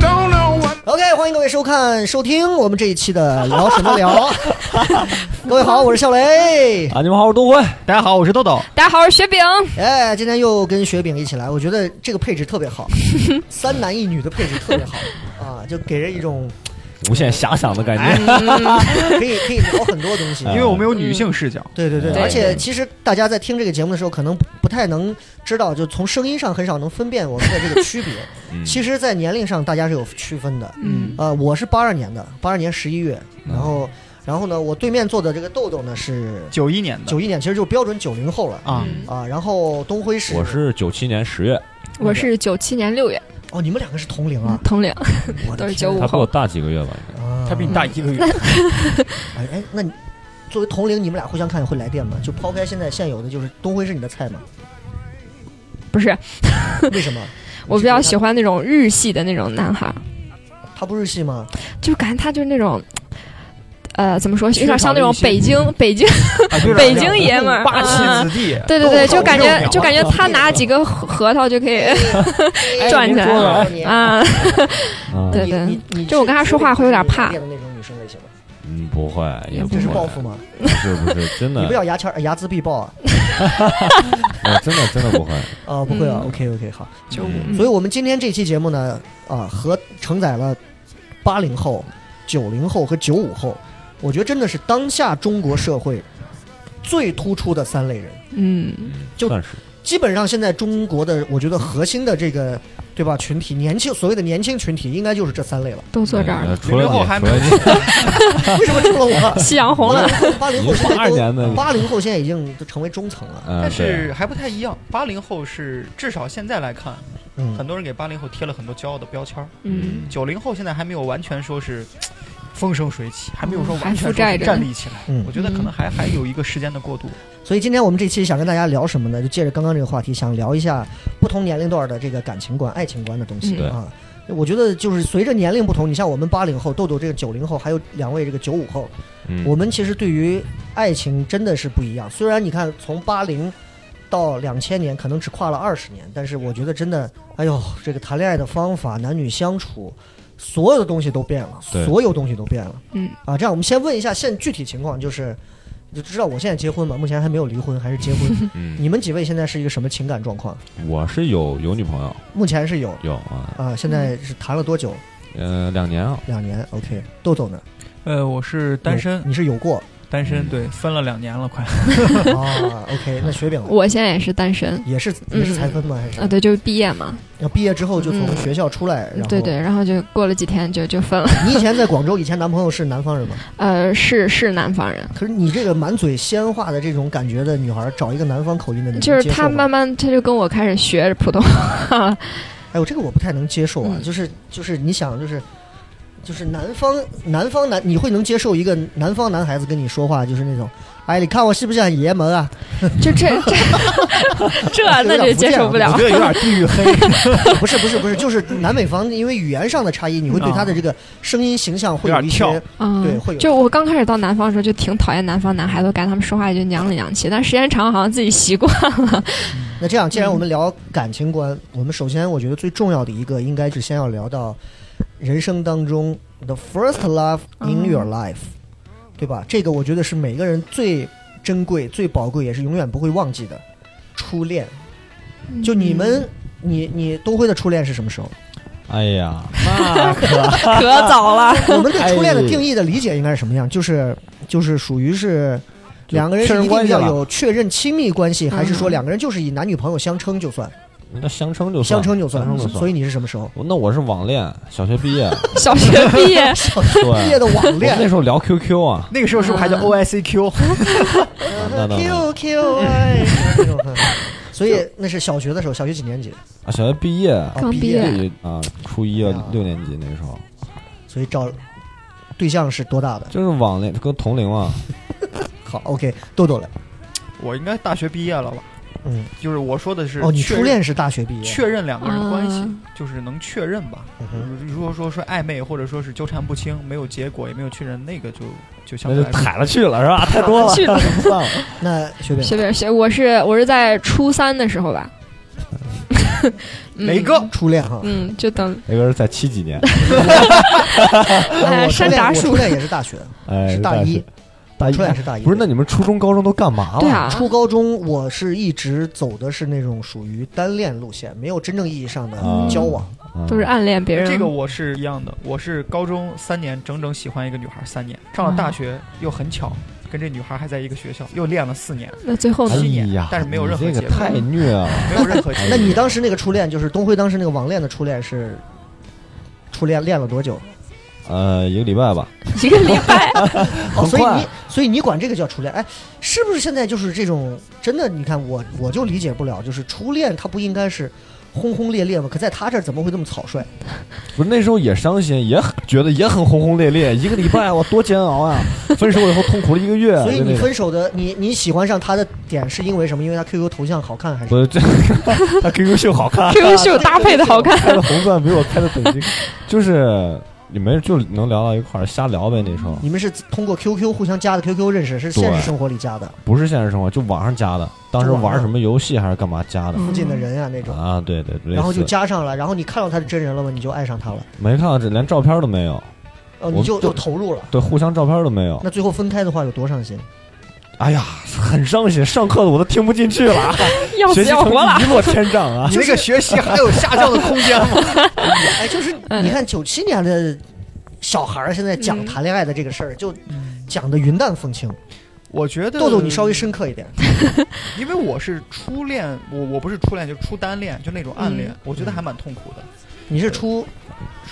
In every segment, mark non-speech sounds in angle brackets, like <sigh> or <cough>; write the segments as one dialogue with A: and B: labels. A: Don't know what
B: OK，欢迎各位收看、收听我们这一期的聊什么 <laughs> 聊。各位好，我是笑雷。
C: <laughs> 啊，你们好，我是东辉。
D: 大家好，我是豆豆。
E: 大家好，我是雪饼。
B: 哎，今天又跟雪饼一起来，我觉得这个配置特别好，三男一女的配置特 <laughs> 别好啊，就给人一种
C: 无限遐想的感
B: 哎
C: 觉，
B: 可以可以聊很多东西。
C: 哎
D: 因为我们有女性视角，
B: 对对对，
E: 对
B: 而且其实大家在听这个节目的时候，可能不太能知道，就从声音上很少能分辨我们的这个 <laughs> 区别。其实，在年龄上大家是有区分的。
E: 嗯，
B: 呃，我是八二年的，八二年十一月，
D: 嗯
B: 然后，然后呢，我对面坐的这个豆豆呢是
D: 九一年的
B: 九一年，其实就是标准九零后了
D: 啊，
E: 嗯
B: 啊。然后东辉是
C: 我是九七年十月，
E: 我是九七年六月嗯
B: 哦，你们两个是同龄啊，
E: 同龄，
B: 我的
E: 都是
B: 天
E: 95
C: 他比我大几个月吧？应
B: 啊
D: 嗯他比你大一
E: <laughs>
D: 个月。
B: 哎哎，那你作为同龄，你们俩互相看会来电吗？就抛开现在现有的，就是东辉是你的菜吗？
E: 不是
B: 为什么？
E: <laughs> 我比较喜欢那种日系的那种男孩儿，
B: 他不日系吗？
E: 就感觉他就是那种，呃，怎么说，有
D: 缺少
E: 点像那种
D: 一些
B: <laughs>
E: 北京北京，
D: 啊对了
E: 北京爷们儿嗯
D: 霸气子弟。
E: 对对对，就感
D: 肉
E: 觉
D: 鸟
E: 就感觉他拿几个核核桃就可
B: <laughs>
E: 以哎
D: 哎
E: 转起来
B: 哎了
E: 啊，
C: 该啊，
E: 对
B: 你你你
E: 就我跟他说话会有点怕
B: 是恋的那种女生类型吗？
C: 嗯，不会，也不
B: 这是报
C: 会，
B: 复吗？
C: 不是不
B: <laughs>
C: 是，真
B: 你
C: 的
B: 不，要牙签儿睚眦必报啊！
C: 我真的真的
B: <laughs>
C: 不会。
B: 啊，不会啊
E: 嗯
B: ，OK OK，好。
E: 就
C: 嗯
B: 所以我们今天这期节目呢，啊，和承载了八零后、九零后和九五后，我觉得真的是当下中国社会最突出的三类人。
E: 嗯
C: 嗯
B: 就
C: 算是
B: 基本上现在中国的，我觉得核心的这个，对吧？群体年轻，所谓的年轻群体，应该就是这三类了。
E: 都坐这
B: 哎
E: 儿了，
C: 呃除
D: 零
C: 了
D: 零后
C: 你，
D: 还
C: 除
B: <laughs>
C: 了你，
B: 为什么除了
E: <laughs>
B: 我？
E: 夕阳红了，
B: 八零
C: 你
B: 后
C: 是
B: 现在
C: 82年的
B: 八零后现在已经都成为中层了。
C: 嗯，
D: 但
C: 对
D: 是还不太一样，八零后是至少现在来看，
B: 嗯
D: 很，多人给八零后贴了很多骄傲的标签儿。
E: 嗯，
D: 九零后现在还没有完全说是风生水起，还没有说完全
E: 嗯还覆盖
D: 说
E: 着
D: 站立起来
B: 嗯。
D: 我觉得可能还还有一个时间的过渡。
B: 所以今天我们这期想跟大家聊什么呢？就借着刚刚这个话题，想聊一下不同年龄段的这个感情观、爱情观的东西、
C: 嗯
B: 啊。我觉得就是随着年龄不同，你像我们八零后豆豆这个九零后，还有两位这个九五后，
C: 嗯
B: 我们其实对于爱情真的是不一样。虽然你看从八零到两千年，可能只跨了二十年，但是我觉得真的，哎呦，这个谈恋爱的方法、男女相处，所有的东西都变了，
C: 对
B: 所有东西都变了。
E: 嗯，
B: 啊，这样我们先问一下现具体情况，就是你就知道我现在结婚嘛，目前还没有离婚，还是
C: <laughs>
B: 结婚。
C: 嗯，
B: 你们几位现在是一个什么情感状况？
C: 我是有有女朋友，
B: 目前是有
C: 有啊，
B: 啊，现在是谈了多久？
C: 呃，两年啊，
B: 两年。OK，豆豆呢？
D: 呃，我是单身
B: 有，你是有
E: <laughs>
B: 过
D: 单身
C: 嗯
D: 对，分了两年了，快。
B: 啊？OK，那雪饼呢
E: 我现在也是单身
B: 也是也是才分吗？还是
E: 啊，对，就毕业嘛，
B: 要毕业之后就从学校出来，然后
E: 嗯对对，。然后就过了几天就就分了，
B: 你以前在广州，以前男朋友是南方
E: <laughs>
B: 人吗？
E: 呃，是是南方人。
B: 可是你这个满嘴西安话的这种感觉的女孩，找一个南方口音的，你能
E: 就是
B: 接受
E: 他
B: 吗
E: 慢慢他就跟我开始学普通话，
B: 哎呦，这个我不太能接受啊！
E: 嗯
B: 就是就是，你想，就是就是南方南方男，你会能接受一个南方男孩子跟你说话，就是那种，哎，你看我是不是很爷们啊？ <laughs>
E: 就这这这那就接受不了
D: 我。觉得有点地域 <laughs> 黑。
B: 不是不是不是，就是南北方因为语言上的差异，你会
E: 啊
B: 对他的这个声音形象会有一些
D: 有点
E: 嗯，
B: 对会有
E: 就我刚开始到南方的时候，就挺讨厌南方男孩子，我感觉他们说话就娘里娘气。但时间长，了好像自己习惯了。
B: 那这样，既然
C: 嗯
B: 我们聊感情观，我们首先我觉得最重要的一个，应该是先要聊到人生当中 the first love in
C: 嗯
B: your life，、对吧？这个我觉得是每个人最珍贵、最宝贵，也是永远不会忘记的初恋。就你 <laughs>
E: 嗯
C: 嗯
B: 们，你你东辉的初恋是什么时候？ <laughs>
C: 哎呀，那可
E: 可早了，
B: 我们对初恋的定义的理解应该是什么样？就是就是属于是。
C: 就
B: 两个人
C: 确
B: 是
C: 认
B: 一定
C: 关系
B: 要
C: 了
B: 有确认亲密关系，还是说
E: 嗯
B: 两个人就是以男女朋友相称就算？
C: 那相称就
B: 相
C: 算
B: 称就算
C: 相称就。算
B: 所以你是什么时候？
C: 那我是网恋，小学毕业，
E: 小学毕业，
C: 对，
B: <laughs> 毕业的网
C: 我们
B: 恋
C: <laughs> 那。时候聊 QQ 啊，
D: 那个时候是 E
B: 啊
D: 不是还叫 O I C Q？
C: 等等等
B: Q Q 哎，所所以那是小学的时候，小学几年级？
C: 啊，小学毕业
B: 哦
E: 刚
B: 毕
E: 毕
B: 业
E: 业
C: 对啊，初一啊
B: 啊，
C: 六年级那时候，
B: 所以找对象是多大的？
C: 就是网恋跟同龄嘛，
B: 好，OK，豆豆了，
D: 我应该大学毕业了吧？
B: 嗯，
D: 就是我说的是
B: 哦，你
D: 确
B: 初
D: 认
B: 恋是大学毕业，
D: 确认两个人关系
E: 啊，
D: 就是能确认吧。
B: 嗯哼
D: 如果说说暧昧或者说是纠缠不清，没有结果也没有确认，那个就就相
C: 那
D: 对
C: 就
D: 来说
C: 踩了去了是吧？太多了，
E: 去了
C: 算了。
B: 那学妹
E: 学妹学，我是我是在初三的时候吧，嗯
D: 雷哥
B: 初恋哈，
E: 嗯，就等
C: 那个是在七几年，
E: 哎
B: 我初
E: 山
B: 恋
E: 楂
B: 我
E: 树
B: 初恋也是大学，
C: <laughs> 哎，
B: 是大一，
C: 大一
B: 初恋是大一，
C: 不是？那你们初中、高中都干嘛了？
E: 对啊
B: 初高中我是一直走的是那种属于单恋路线，没有真正意义上的
C: 啊
B: 交往。
C: 嗯
E: 都是暗恋别人，
D: 这个我是一样的，我是高中三年整整喜欢一个女孩三年，上了大学又很巧，跟这女孩还在一个学校，
B: <laughs>
D: 又恋了四年，
B: 啊
E: 那最后
C: 哎
E: 呢？
C: 呀，
D: 但是没有任何
C: 你这
D: 结
C: 个
D: 果
C: 太虐了。
D: 没有任何
C: 哎
D: 结
C: 呀
B: 那你当时那个初恋就是东辉当时那个网恋的初恋是初恋恋了多久？
C: 呃，一个礼拜吧，
E: 一个礼拜，
B: 哦，
C: 很
B: 所以
C: 快
B: 你所以你管这个叫初恋？哎，是不是现在就是这种真的？你看我我就理解不了，就是初恋它不应该是轰轰烈烈吗？可在他这儿怎么会这么草率？
C: 不是那时候也伤心，也很觉得也很轰轰烈烈，一个礼拜我多煎熬呀！分手以后痛苦了一个月，
B: 所以
C: 就
B: 你
C: 那种
B: 分手的你你喜欢上他的点是因为什么？因为他 QQ 头像好看还是？
C: 不是这 <laughs> 他 QQ 秀好
E: <laughs>
C: 看，
E: QQ 秀搭配的好看，
C: 开的红钻比我开的等级，
B: <laughs>
C: 就是你们就能聊到一块儿，瞎聊呗。那时候
B: 你们是通过 QQ 互相加的 QQ 认识，是现
C: 对
B: 实生活里加的，
C: 不是现实生活，就网上加的，当时
B: 就网上
C: 玩什么游戏还是干嘛加的
E: 嗯
B: 附近的人呀、那种。
C: 啊？对对，对，
B: 然后
C: 类似
B: 就加上了，然后你看到他是真人了吗？你就爱上他了，
C: 没看到这，连照片都没有，
B: 哦，
C: 我
B: 你就
C: 就
B: 就投入了。
C: 对，互相照片都没有。
B: 那最后分开的话有多伤心？
C: 哎呀，很伤心，上课我都听不进去
B: <laughs>
C: 了，
E: 要
C: 学习
E: 死要
C: 成
E: 活了
C: 绩一落千丈啊！
D: 你这个学习还有下降的空间
B: <laughs>
D: 吗？
B: 哎，就是你看九七年的小孩儿现在讲
E: 嗯
B: 谈恋爱的这个事儿，就讲的云淡风轻。
D: 我觉得
B: 豆豆，你稍微，深刻一点。
D: 因为我是初恋，我我不是初恋，就初单恋，就那种暗
B: 嗯
D: 恋，我觉得还蛮痛苦的。
B: 你是初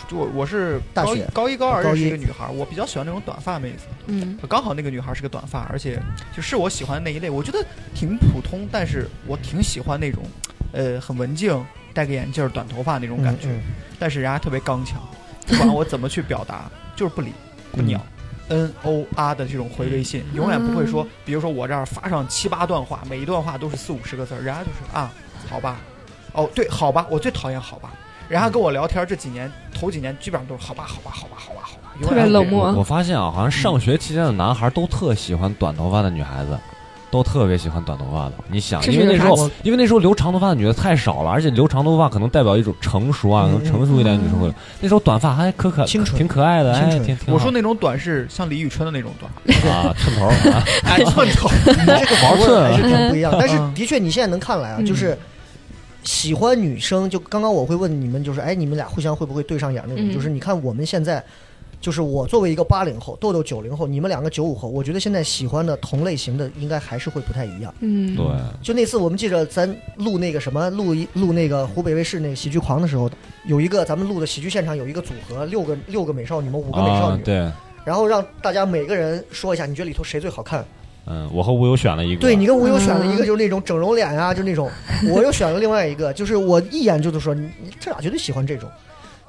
D: 就我我是
B: 大
D: 高一
B: 学
D: 高一高二
B: 高
D: 认识
B: 一
D: 一个女孩，我比较喜欢那种短发妹子。
E: 嗯，
D: 刚好那个女孩是个短发，而且就是我喜欢的那一类，我觉得挺普通，但是我挺喜欢那种，呃，很文静，戴个眼镜儿、短头发那种感觉。
B: 嗯
D: 但是人家特别刚强，不管我怎么去表达， <laughs> 就是不理不鸟。N O R 的这种回微
E: 嗯
D: 信，永远不会说，比如说我这儿发上七八段话，每一段话都是四五十个字儿，人家就是啊，好吧，哦对，好吧，我最讨厌好吧。人家跟我聊天这几年，头几年基本上都是好吧，好吧，好吧，好吧，好吧，永远
E: 特别
D: 不
E: 冷
D: 会
E: 漠
C: 我我发现啊，好像上学期间的男孩都特喜欢短头发的女孩子，都特别喜欢短头发的。你想，
E: 这是
C: 因为那时
E: 有啥
C: 候，因为那时候留长头发的女的太少了，而且留长头发可能代表一种成熟啊，可
B: 嗯
C: 能成熟一点的女生会。那时候短发还可可
B: 清纯
C: 挺可爱的，
B: 清
C: 哎，
B: 纯
C: 挺挺好。
D: 我说那种短是像李宇春的那种
E: <laughs>
D: 短，
B: <laughs>
C: 啊，寸头儿啊，
D: <laughs> 哎，寸头，
B: 嗯你这个
C: 毛
B: 口
C: 寸
B: 味
C: 啊
B: 还是挺不一 <laughs> 样。但是
D: 嗯
B: 的确，你现在能看来啊，
E: 嗯
B: 就是喜欢女生，就刚刚我会问你们，就是哎，你们俩互相会不会对上眼那种？
E: 嗯
B: 就是你看我们现在。就是我作为一个八零后，豆豆九零后，你们两个九五后，我觉得现在喜欢的同类型的应该还是会不太一样。
E: 嗯，
C: 对，
B: 就那次我们记着咱录那个什么录一录那个湖北卫视那个喜剧狂的时候，有一个咱们录的喜剧现场有一个组合，六个六个美少女嘛， <laughs> 五个美少
C: 啊
B: 女，，
C: 对，
B: 然后让大家每个人说一下，你觉得里头谁最好看？
C: 嗯，我和吴友选了一个，
B: 对你跟吴优选了一个
E: 嗯
B: 就是那种整容脸啊，就那种，我又选了另外一个，就是我一眼就能说你你这俩绝对喜欢这种，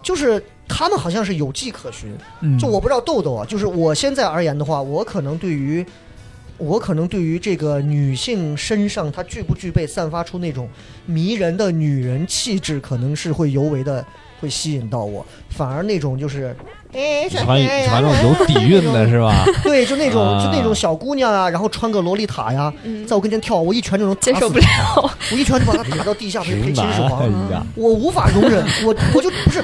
B: 就是他们好像是有迹可循。
E: 嗯
B: 就我不知道豆豆啊，就是我现在而言的话，我可能对于我可能对于这个女性身上她具不具备散发出那种迷人的女人气质，可能是会尤为的会吸引到我，反而那种就是。哎，
C: 喜欢喜欢那种有底蕴的
B: <laughs>
C: 是吧？
B: 对，就那种、
C: 啊
B: 就那种小姑娘啊，然后穿个洛丽塔呀，
E: 嗯
B: 在我跟前跳，我一拳就能打
E: 接
B: 死
E: 受不
B: 她
E: 了，
B: 我一拳就把他打到地下，被
C: 直
B: 被秦
C: 男
B: 始，
C: 哎
E: <laughs>
B: 皇，啊
C: 呀
B: 我无法容忍，我我就不是，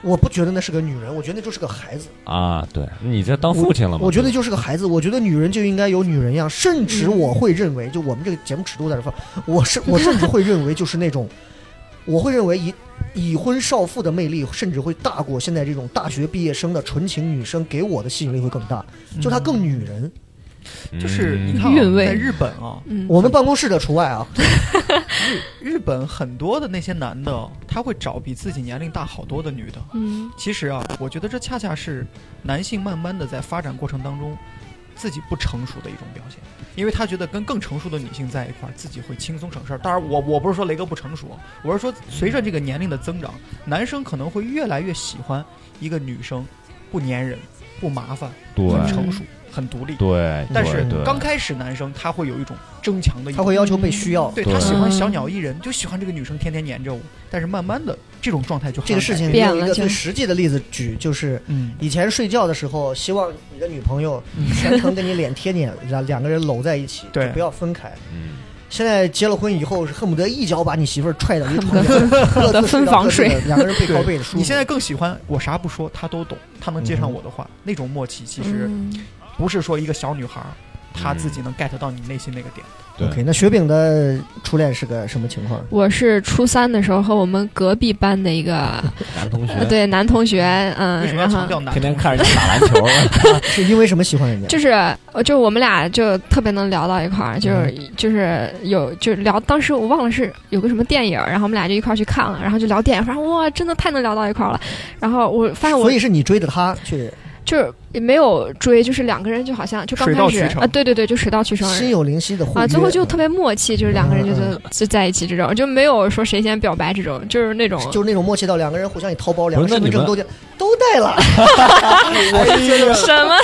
B: 我不觉得那是个女人，我觉得那就是个孩子，
C: 啊，对，你这当父亲了吗？嗯
B: 我觉得就是个孩子，我觉得女人就应该有女人样，甚至
E: 嗯
B: 我会认为，就我们这个节目尺度在这放，我是我甚至会认为就是那种，我会认为已已婚少妇的魅力甚至会大过现在这种大学毕业生的纯情女生给我的吸引力会更大，
E: 嗯
B: 就她更女人，
D: 就是你看、啊，
C: 嗯
E: 韵味
D: 在日本啊，
E: 嗯，
B: 我们办公室的除外啊，
D: 日本很多的那些男的，啊他会找比自己年龄大好多的女的。
E: 嗯
D: 其实啊，我觉得这恰恰是男性慢慢的在发展过程当中，自己不成熟的一种表现。因为他觉得跟更成熟的女性在一块儿，自己会轻松省事儿。当然我，我不是说雷哥不成熟，我是说随着这个年龄的增长，男生可能会越来越喜欢一个女生，不粘人、不麻烦、
C: 对
D: 很成熟、很独立。
C: 对，
D: 但是
C: 对对
D: 刚开始男生他会有一种争强的欲
B: 他
D: 望，
B: 会要嗯求被需要。
D: 对
C: 对
D: 他喜欢小鸟依人，就喜欢这个女生天天黏着我。但是慢慢的这种状态就好
B: 这个事情
E: 变
B: 用一
E: 了
B: 个
E: 就
B: 最实际的例子举，就是
D: 嗯，
B: 以前睡觉的时候，希望你的女朋友
E: 嗯
B: 全程跟你脸贴脸，然后两个人搂在一起，
D: 对
B: 就不要分开。
C: 嗯，
B: 现在结了婚以后，是恨不得一脚把你媳妇儿踹到一床上，各自
E: 分房睡
B: 各自的两个人背靠背的舒服。
D: 你现在更喜欢我啥不说，他都懂，他能接上我的话，那种默契其实
E: 嗯
D: 不是说一个小女孩儿她自己能 get 到你内心那个点。
C: 对
B: OK，那雪饼的初恋是个什么情况？
E: 我是初三的时候和我们隔壁班的一个
C: 男同学
E: 对呃男同学，嗯
D: 为，什么要
E: 然
D: 强
E: 后
D: 调男？
C: 天天看人家打篮球，
B: 是因为什么喜欢人家？
E: 就是，呃就我们俩就特别能聊到一块儿，
D: 嗯
E: 就是就是有就聊，当时我忘了是有个什么电影儿，然后我们俩就一块儿去看了，然后就聊电影，发现哇，真的太能聊到一块儿了。然后我发现我啊
B: 所以是你追着他去，
E: 就是也没有追，就是两个人就好像就刚
D: 水到
E: 开
D: 渠
E: 始
D: 成
E: 啊，对对对，就水到渠成。
B: 心有灵犀的互
E: 啊，最后
B: 约
E: 就特别默契，就是两个人就
B: 嗯
E: 就就在一起这种，就没有说谁先表白这种，就是那种
B: 就是那种默契到两个人互相也掏包，两个
C: 不是
B: 身份
C: 那
B: 证
C: 你们
B: 都带都带了。
D: 我是觉得，
E: 什么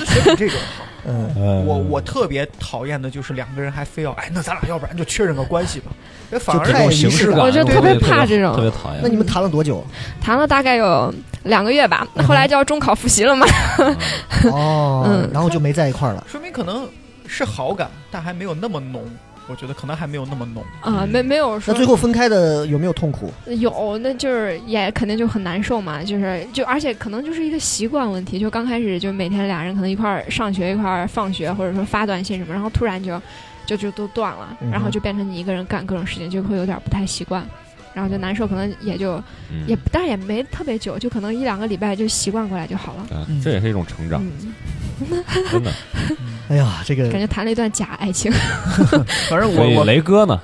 D: 我觉得学姐这种，
B: 嗯，
D: 我
C: 我
D: 我特别讨厌的就是两个人还非要，哎，那咱俩要不然就确认个关系吧，哎反
C: 就
D: 而
C: 这种
B: 太
C: 形
B: 仪式
C: 式
B: 感
C: 感，
B: 了
E: 我就
C: 对
E: 特别
C: 对对
E: 怕
C: 对
E: 这种
C: 特别讨厌。
B: 那你们谈了多
E: <laughs>
B: 久？
E: 谈了大概有两个月吧，
D: 嗯
E: 后来就要中考复习了嘛。
C: 嗯
E: 嗯
B: 哦，然后就没在一块儿了。
D: 说明可能是好感，但还没有那么浓。我觉得可能还没有那么浓。
E: 啊，没没有
B: 那
E: 说
B: 最后分开的有没有痛苦？
E: 有，那就是也肯定就很难受嘛，就是就而且可能就是一个习惯问题，就刚开始就每天俩人可能一块儿上学一块儿放学，或者说发短信什么，然后突然就就就都断了，然
B: 嗯
E: 后
B: 哼
E: 就变成你一个人干各种事情，就会有点不太习惯。然后就难受，可能也就
C: 嗯
E: 也，但是也没特别久，就可能一两个礼拜就习惯过来就好了。
C: 啊这也是一种成长，
E: 嗯，
C: <laughs> 真的。
B: 哎呀，这
E: 感
B: 个
E: 觉谈了一段假爱情。
D: 反正
C: 所以
D: 我我
C: 雷哥呢，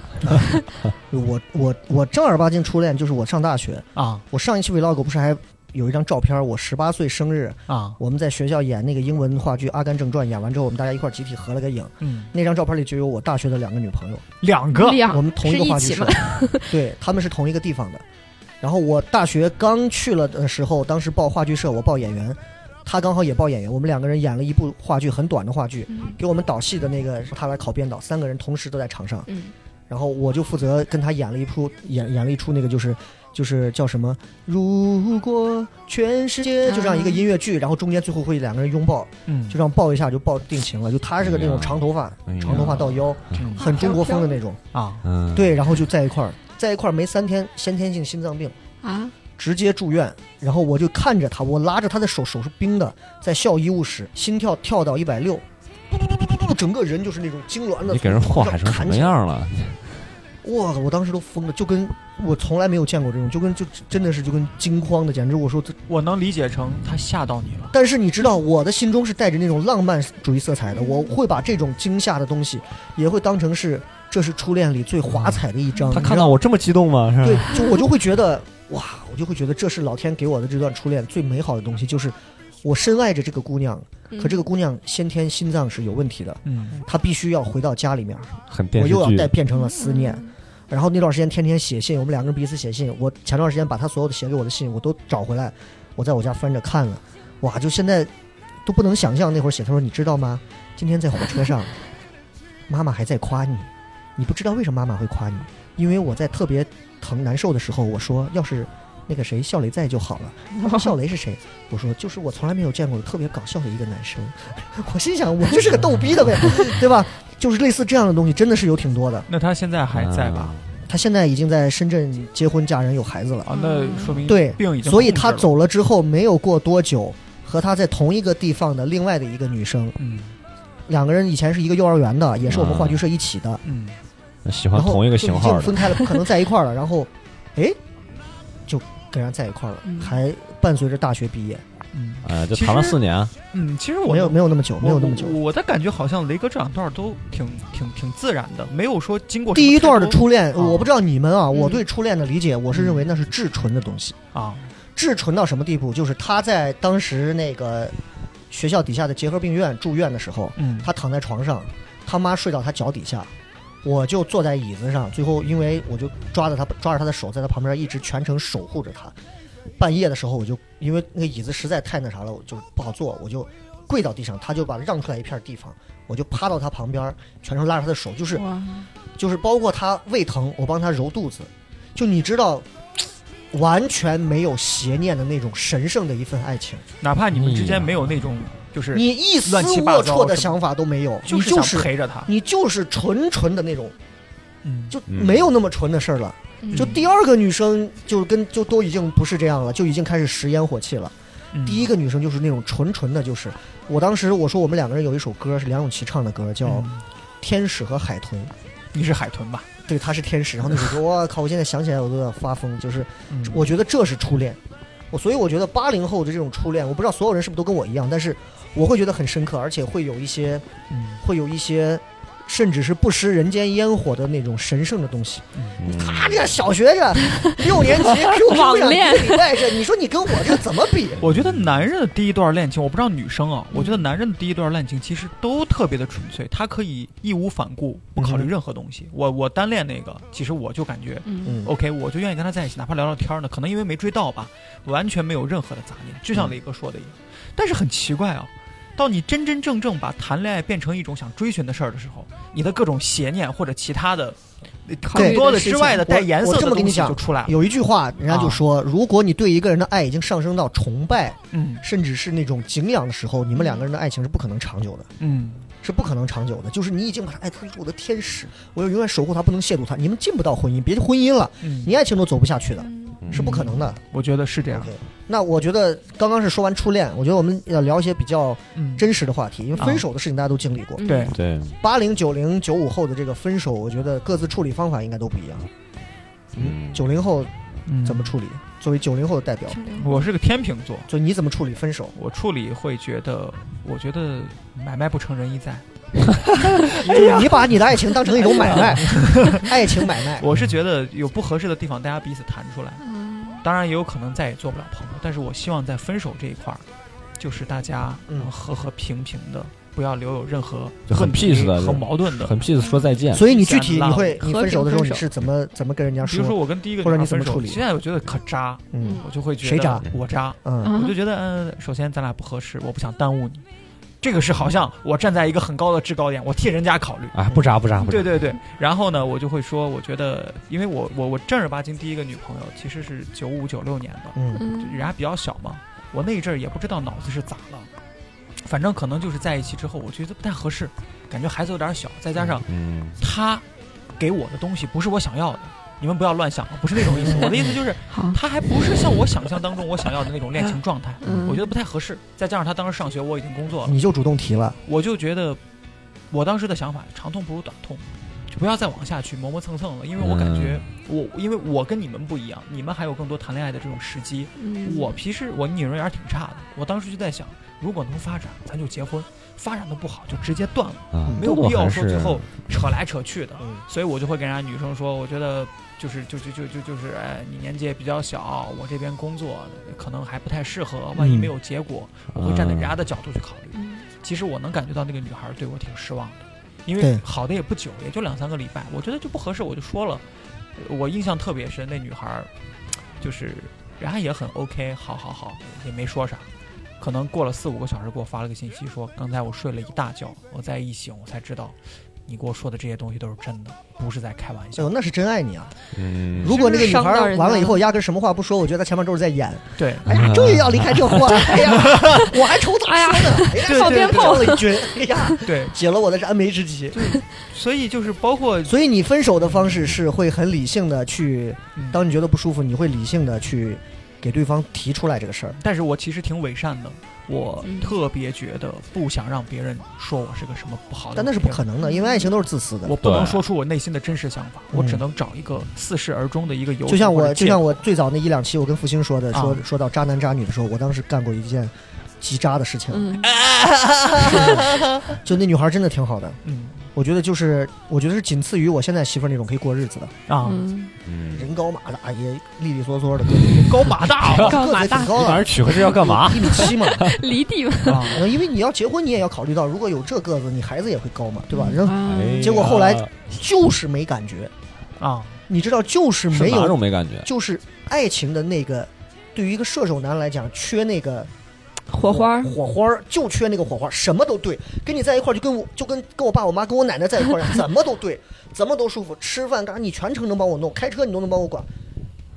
B: 我我我正儿八经初恋就是我上大学，
A: 啊
B: 我上一期 vlog 不是还有一张照片儿，我十八岁生日，
A: 啊，
B: 我们在学校演那个英文话剧《阿甘正传》，演完之后我们大家一块儿集体合了个影，
D: 嗯，
B: 那张照片里就有我大学的两个女朋友。
A: 两个
E: 两
B: 我们同一
E: 啊是
B: 个
E: 一
B: 话剧
E: 起
B: 社
E: 嘛，， <laughs>
B: 对，他们是同一个地方的。然后我大学刚去了的时候，当时报话剧社，我报演员，他刚好也报演员，我们两个人演了一部话剧，很短的话剧，
E: 嗯
B: 给我们导戏的那个他来考编导，三个人同时都在场上，
E: 嗯，
B: 然后我就负责跟他演了一出演演了一出那个就是就是叫什么？如果全世界就这样一个音乐剧，然后中间最后会两个人拥抱，
D: 嗯
B: 就这样抱一下就抱定情了，就他是个那种长头发，
C: 哎呀
B: 长头发到腰，很中国风的那种。
A: 啊，
C: 嗯，
B: 对，然后就在一块儿，在一块儿没三天，先天性心脏病
E: 啊，
B: 直接住院。然后我就看着他，我拉着他的手，手是冰的，在校医务室，心跳跳到一百六，整个人就是那种痉挛的。
C: 你给人祸害成什么？样了？
B: 哇！我当时都疯了，就跟我从来没有见过这种，就跟就真的是就跟惊慌的，简直我说这。
D: 我能理解成他吓到你了。
B: 但是你知道，我的心中是带着那种浪漫主义色彩的，我会把这种惊吓的东西，也会当成是这是初恋里最华彩的一章。
C: 嗯他
B: 你知
C: 看
B: 道
C: 到我这么激动吗？是
B: 对
C: 吧？，
B: 就我就会觉得哇，我就会觉得这是老天给我的这段初恋最美好的东西，就是我深爱着这个姑娘，可这个姑娘先天心脏是有问题的，
D: 嗯，
B: 她必须要回到家里面，
C: 很电
B: 我
C: 视
B: 又要
C: 剧
B: 带变成了思念。
E: 嗯
B: 然后那段时间天天写信，我们两个人彼此写信。我前段时间把她所有的写给我的信我都找回来，我在我家翻着看了，哇，就现在都不能想象那会儿写。她说：“你知道吗？今天在火车上，妈妈还在夸你，你不知道为什么妈妈会夸你，因为我在特别疼难受的时候，我说要是那个谁笑雷在就好了。她说笑雷是谁？我说就是我从来没有见过的特别搞笑的一个男生。我心想，我就是个逗逼的呗，对吧？就是类似这样的东西，真的是有挺多的。
D: 那他现在还在吧？？
C: 嗯
B: 他现在已经在深圳结婚嫁人有孩子了，
D: 啊，那说明
B: 对
D: 病已经
B: 所以
D: 控制
B: 他
D: 了。
B: 走了之后没有过多久，和他在同一个地方的另外的一个女生，
D: 嗯
B: 两个人以前是一个幼儿园的，也是我们话剧社一起的，
D: 嗯，
C: 啊喜欢
B: 然后
C: 同一个
B: 就
C: 型
B: 已
C: 号
B: 经
C: 的，
B: 分开了，不可能在一块儿了。然后，哎，就跟人家在一块儿了，
E: 嗯
B: 还伴随着大学毕业，
D: 嗯
C: 哎，就
D: 其实
C: 谈了四年，
D: 嗯，其实我
B: 没有没有那么久，没有那么久
D: 我。我的感觉好像雷哥这两段都挺挺挺自然的，没有说经过什么
B: 第一段的
D: 太多
B: 初恋，
D: 哦
B: 我不知道你们啊，我
E: 嗯
B: 对初恋的理解，我是认为那是至纯的东西。
D: 啊，
B: 至纯到什么地步？就是他在当时那个学校底下的结核病院住院的时候，
D: 嗯
B: 他躺在床上，他妈睡到他脚底下，我就坐在椅子上，最后因为我就抓着他抓着他的手，在他旁边一直全程守护着他。半夜的时候，我就因为那个椅子实在太那啥了，我就不好坐，我就跪到地上，他就把让出来一片地方，我就趴到他旁边，全程拉着他的手，就是
E: 哇，
B: 就是包括他胃疼，我帮他揉肚子，就你知道，完全没有邪念的那种神圣的一份爱情，
D: 哪怕你们之间没有那种就是
B: 你一丝
D: 乱七八
B: 龌
D: 糟
B: 龊的
D: 是吧
B: 想法都没有，
D: 就
B: 你
D: 是
B: 就
D: 想
B: 是
D: 陪着他，
B: 你就是纯纯的那种，
D: 嗯，
B: 就
C: 嗯
B: 没有那么纯的事儿了。
E: 嗯
B: 就第二个女生就跟就都已经不是这样了，就已经开始食烟火气了。
D: 嗯
B: 第一个女生就是那种纯纯的，就是我当时我说我们两个人有一首歌是梁咏琪唱的歌，叫《
D: 嗯
B: 天使和海豚》。
D: 你是海豚吧？
B: 对，她是天使。然后那
D: <laughs>
B: 首歌，我靠！我现在想起来我都要发疯。就是
D: 嗯
B: 我觉得这是初恋，我所以我觉得八零后的这种初恋，我不知道所有人是不是都跟我一样，但是我会觉得很深刻，而且会有一些，
D: 嗯
B: 会有一些，甚至是不食人间烟火的那种神圣的东西。
C: 嗯
B: 他这小学这六年级
E: <laughs>
B: QQ 上
E: 网
B: 一个
E: 恋
B: 礼拜这，你说你跟我这怎么比？
D: 我觉得男人的第一段恋情，我不知道女生啊，我觉得男人的第一段恋情其实都特别的纯粹，他可以义无反顾，不考虑任何东西。我我单恋那个，其实我就感觉
E: 嗯
B: 嗯，
D: OK，我就愿意跟他在一起，哪怕聊聊天呢。可能因为没追到吧，完全没有任何的杂念，就像磊哥说的一样。但是很奇怪啊，到你真真正正把谈恋爱变成一种想追寻的事儿的时候，你的各种邪念或者其他的呃
E: 考虑
D: 更
B: 对
D: 多的
E: 事
D: 之
E: 情
D: 外的带颜色
B: 我这
D: 的
B: 么跟
D: 东
B: 你
D: 西
B: 讲
D: 就出来了。
B: 有一句话，人家就说，如果你对一个人的爱已经上升到崇拜，
D: 嗯
B: 甚至是那种敬仰的时候，你们两个人的爱情是不可能长久的。
D: 嗯，
B: 是不可能长久的。就是你已经把他爱当成我的天使，我要永远守护他，不能亵渎他。你们进不到婚姻，别婚姻了，
D: 嗯
B: 你爱情都走不下去的，是不可能的。
D: 我觉得是
E: 嗯
D: 这样
B: OK，。那我觉得刚刚是说完初恋，我觉得我们要聊一些比较
D: 嗯，
B: 真实的话题，因为分手的事情大家都经历过。
E: 啊嗯
D: 对，
C: 对，
B: 八零、九零、九五后的这个分手，我觉得各自处理方法应该都不一样。
C: 嗯，
B: 九零后
D: 嗯
B: 怎么？处理？作为九零后的代表，
D: 我是个天秤座，
B: 所以你怎么处理分手？
D: 我处理会觉得，我觉得买卖不成仁义在。就
B: 你把你的爱情当成一种买
E: <laughs>
B: 卖，爱情买
C: 嗯
B: 卖。
D: 我是觉得有不合适的地方，大家彼此谈出来。
E: 嗯
D: 当然，也有可能再也做不了朋友，但是我希望在分手这一块儿，就是大家
B: 嗯
D: 能和和平平的，不要留有任何
C: 就很
D: 问题
C: peace 的
D: 和矛盾的。
C: 很 peace 说再见，
B: 所以你具体你会
E: 和
B: 你
E: 平
B: 分手的时候
E: 分
B: 你
E: 手
B: 是怎么怎么跟人家
D: 比如说我跟第一个
B: 或者
D: 女孩
B: 你怎么
D: 分手
B: 处理
D: 现在我觉得可渣，
B: 嗯
D: 我就会觉得
B: 谁渣
D: 我渣，
B: 嗯，
E: 啊
D: 我就觉得，嗯、首先咱俩不合适，我不想耽误你。这个是好像我站在一个很高的制高点，我替人家考虑。
C: 啊，不渣不渣不渣，
D: 对对对，然后呢，我就会说，我觉得，因为我我我正儿八经第一个女朋友其实是九五九六年的，
B: 嗯
D: 就人
E: 嗯
D: 家比较小嘛，我那一阵儿也不知道脑子是咋了，反正可能就是在一起之后，我觉得不太合适，感觉孩子有点小，再加上
C: 嗯，
D: 他给我的东西不是我想要的，你们不要乱想啊，不是那种意
C: <laughs>
D: 思，我的意思就是
E: 好
D: 他还不是像我想象当中我想要的那种恋情状态，
E: 嗯，
D: 我觉得不太合适，再加上他当时上学，我已经工作了。
B: 你就主动提了，
D: 我就觉得，我当时的想法，长痛不如短痛，就不要再往下去磨磨蹭蹭了，因为我感觉我，因为我跟你们不一样，你们还有更多谈恋爱的这种时机，
E: 嗯
D: 我其实我女人缘挺差的，我当时就在想，如果能发展，咱就结婚；发展的不好就直接断了，
C: 啊，
D: 没有必要说最
C: 是
D: 后扯来扯去的。
B: 嗯，
D: 所以我就会跟人家女生说，我觉得就是就就就就就是，哎，你年纪也比较小，我这边工作可能还不太适合，万一没有结果，我会站在人家的角度去考虑。
E: 嗯
D: 其实我能感觉到那个女孩对我挺失望的，因为
B: 对
D: 好的也不久，也就两三个礼拜，我觉得就不合适，我就说了。呃我印象特别深，那女孩儿就是人家也很 OK，好好好，也没说啥。可能过了四五个小时，给我发了个信息说，刚才我睡了一大觉，我再一醒，我才知道你给我说的这些东西都是真的，不是在开玩
B: 哎呦，
D: 笑。
B: 那是真爱你啊！
C: 嗯，
B: 如果那个女孩
E: 伤到人家
B: 完了以后压根什么话不说，我觉得她前面都是在演。
D: 对，
B: 哎呀，终于要离开这货了！哎呀，我还愁咋说呢？哎呀，
D: 对
B: 放
D: 对
B: 鞭
D: 对
B: 炮了一军！哎呀，
D: 对，
B: 解了我的燃眉之急。
D: 所以就是包括
B: 所以你分手的方式是会很理性的去，
D: 嗯
B: 当你觉得不舒服，你会理性的去给对方提出来这个事儿。
D: 但是我其实挺伪善的，我
E: 嗯
D: 特别觉得不想让别人说我是个什么不好的人，
B: 但那是不可能的，因为爱情都是自私的
D: 我。不能
C: 对
D: 说出我内心的真实想法，我只能找一个似是而终的一个由头
B: 就像
D: 或者
B: 我，
D: 借
B: 就
D: 口
B: 像我最早那一两期，我跟复兴说的，说
D: 啊
B: 说到渣男渣女的时候，我当时干过一件极渣的事情。
E: 嗯，
B: 就那女孩真的挺好的，
D: 嗯
B: 我觉得就是我觉得是仅次于我现在媳妇儿那种可以过日子的，
D: 啊，
E: 嗯，
C: 嗯，
B: 人高马大也利利索索的，
D: 高马
E: <laughs>
D: 大
B: 个
D: 啊
B: 子
E: 高
B: 个子
E: 马
B: 也
E: 大
B: 挺高
C: 你把
B: 的。
C: 人娶回去要干嘛？
B: 一米七嘛，
E: 离地嘛，
D: 啊
B: 然后因为你要结婚，你也要考虑到，如果有这个子，你孩子也会高嘛，对吧？然后
E: 啊
C: 哎呀
B: 结果后来就是没感觉，
D: 啊，
B: 你知道，就是
C: 是
B: 没
C: 哪
B: 有，
C: 种没感觉？
B: 就是爱情的那个，对于一个射手男来讲，缺那个
E: 火花儿，
B: 火花儿就缺那个火花儿，什么都对，跟你在一块儿就跟我就跟跟我爸我妈跟我奶奶在一块儿一
E: <laughs>
B: 样，怎么都对，怎么都舒服，吃饭干啥你全程能帮我弄，开车你都能帮我管，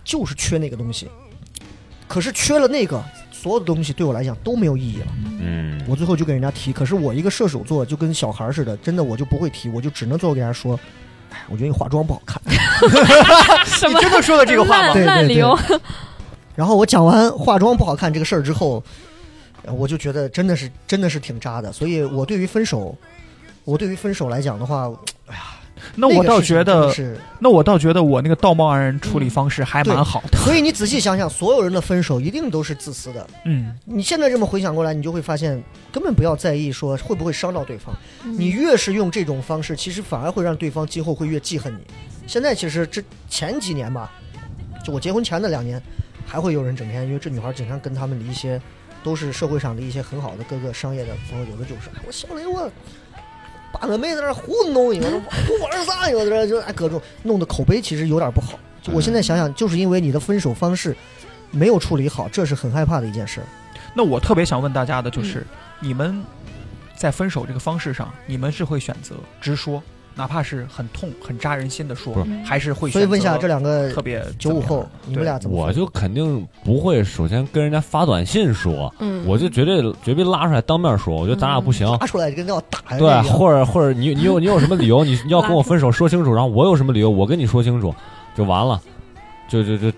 B: 就是缺那个东西。可是缺了那个，所有的东西对我来讲都没有意义了。
C: 嗯，
B: 我最后就给人家提，可是我一个射手座就跟小孩儿似的，真的我就不会提，我就只能最后给人家说，哎，我觉得你化妆不好看。
E: 什
D: 你
E: 么
D: 真的说了这个话吗？
B: 对
E: 烂烂理由，
B: 然后我讲完化妆不好看这个事儿之后，呃我就觉得真的是真的是挺渣的。所以我对于分手，我对于分手来讲的话，
D: 那
B: 那
D: 我
B: 个
D: 倒
B: 事情
D: 觉
B: 真的
D: 得，
B: 是。嗯
D: 那我倒觉得我那个道貌岸然处理方式还蛮好的。
B: 所以你仔细想想，所有人的分手一定都是自私的。
D: 嗯，
B: 你现在这么回想过来，你就会发现，根本不要在意说会不会伤到对方。你越是用这种方式，其实反而会让对方今后会越记恨你。现在其实这前几年吧，就我结婚前的两年，还会有人整天因为这女孩整天跟他们的一些都是社会上的一些很好的各个商业的朋友，有的就是哎我小雷我。把个妹在那儿糊弄你，我说我玩啥？有的人就哎各种弄的口碑其实有点不好。就我现在想想，就是因为你的分手方式没有处理好，这是很害怕的一件事儿。
D: 那我特别想问大家的
E: 嗯
D: 就是，你们在分手这个方式上，你们是会选择直说，哪怕是很痛、很扎人心的说
C: 不，
D: <laughs> 还是会选择
B: 所以问一下这两个
D: 特别
B: 九五后，你们俩怎么？
C: 我就肯定不会，首先跟人家发短信说，
E: 嗯，
C: 我就绝对绝逼拉出来当面说，我觉得咱俩不行。
B: 拿出来就跟要打人一
C: 对，
B: 样。
C: 或者或者你你有你有什么理由，你你要跟我分手说清楚，然后我有什么理由，我跟你说清楚，就完了，就就就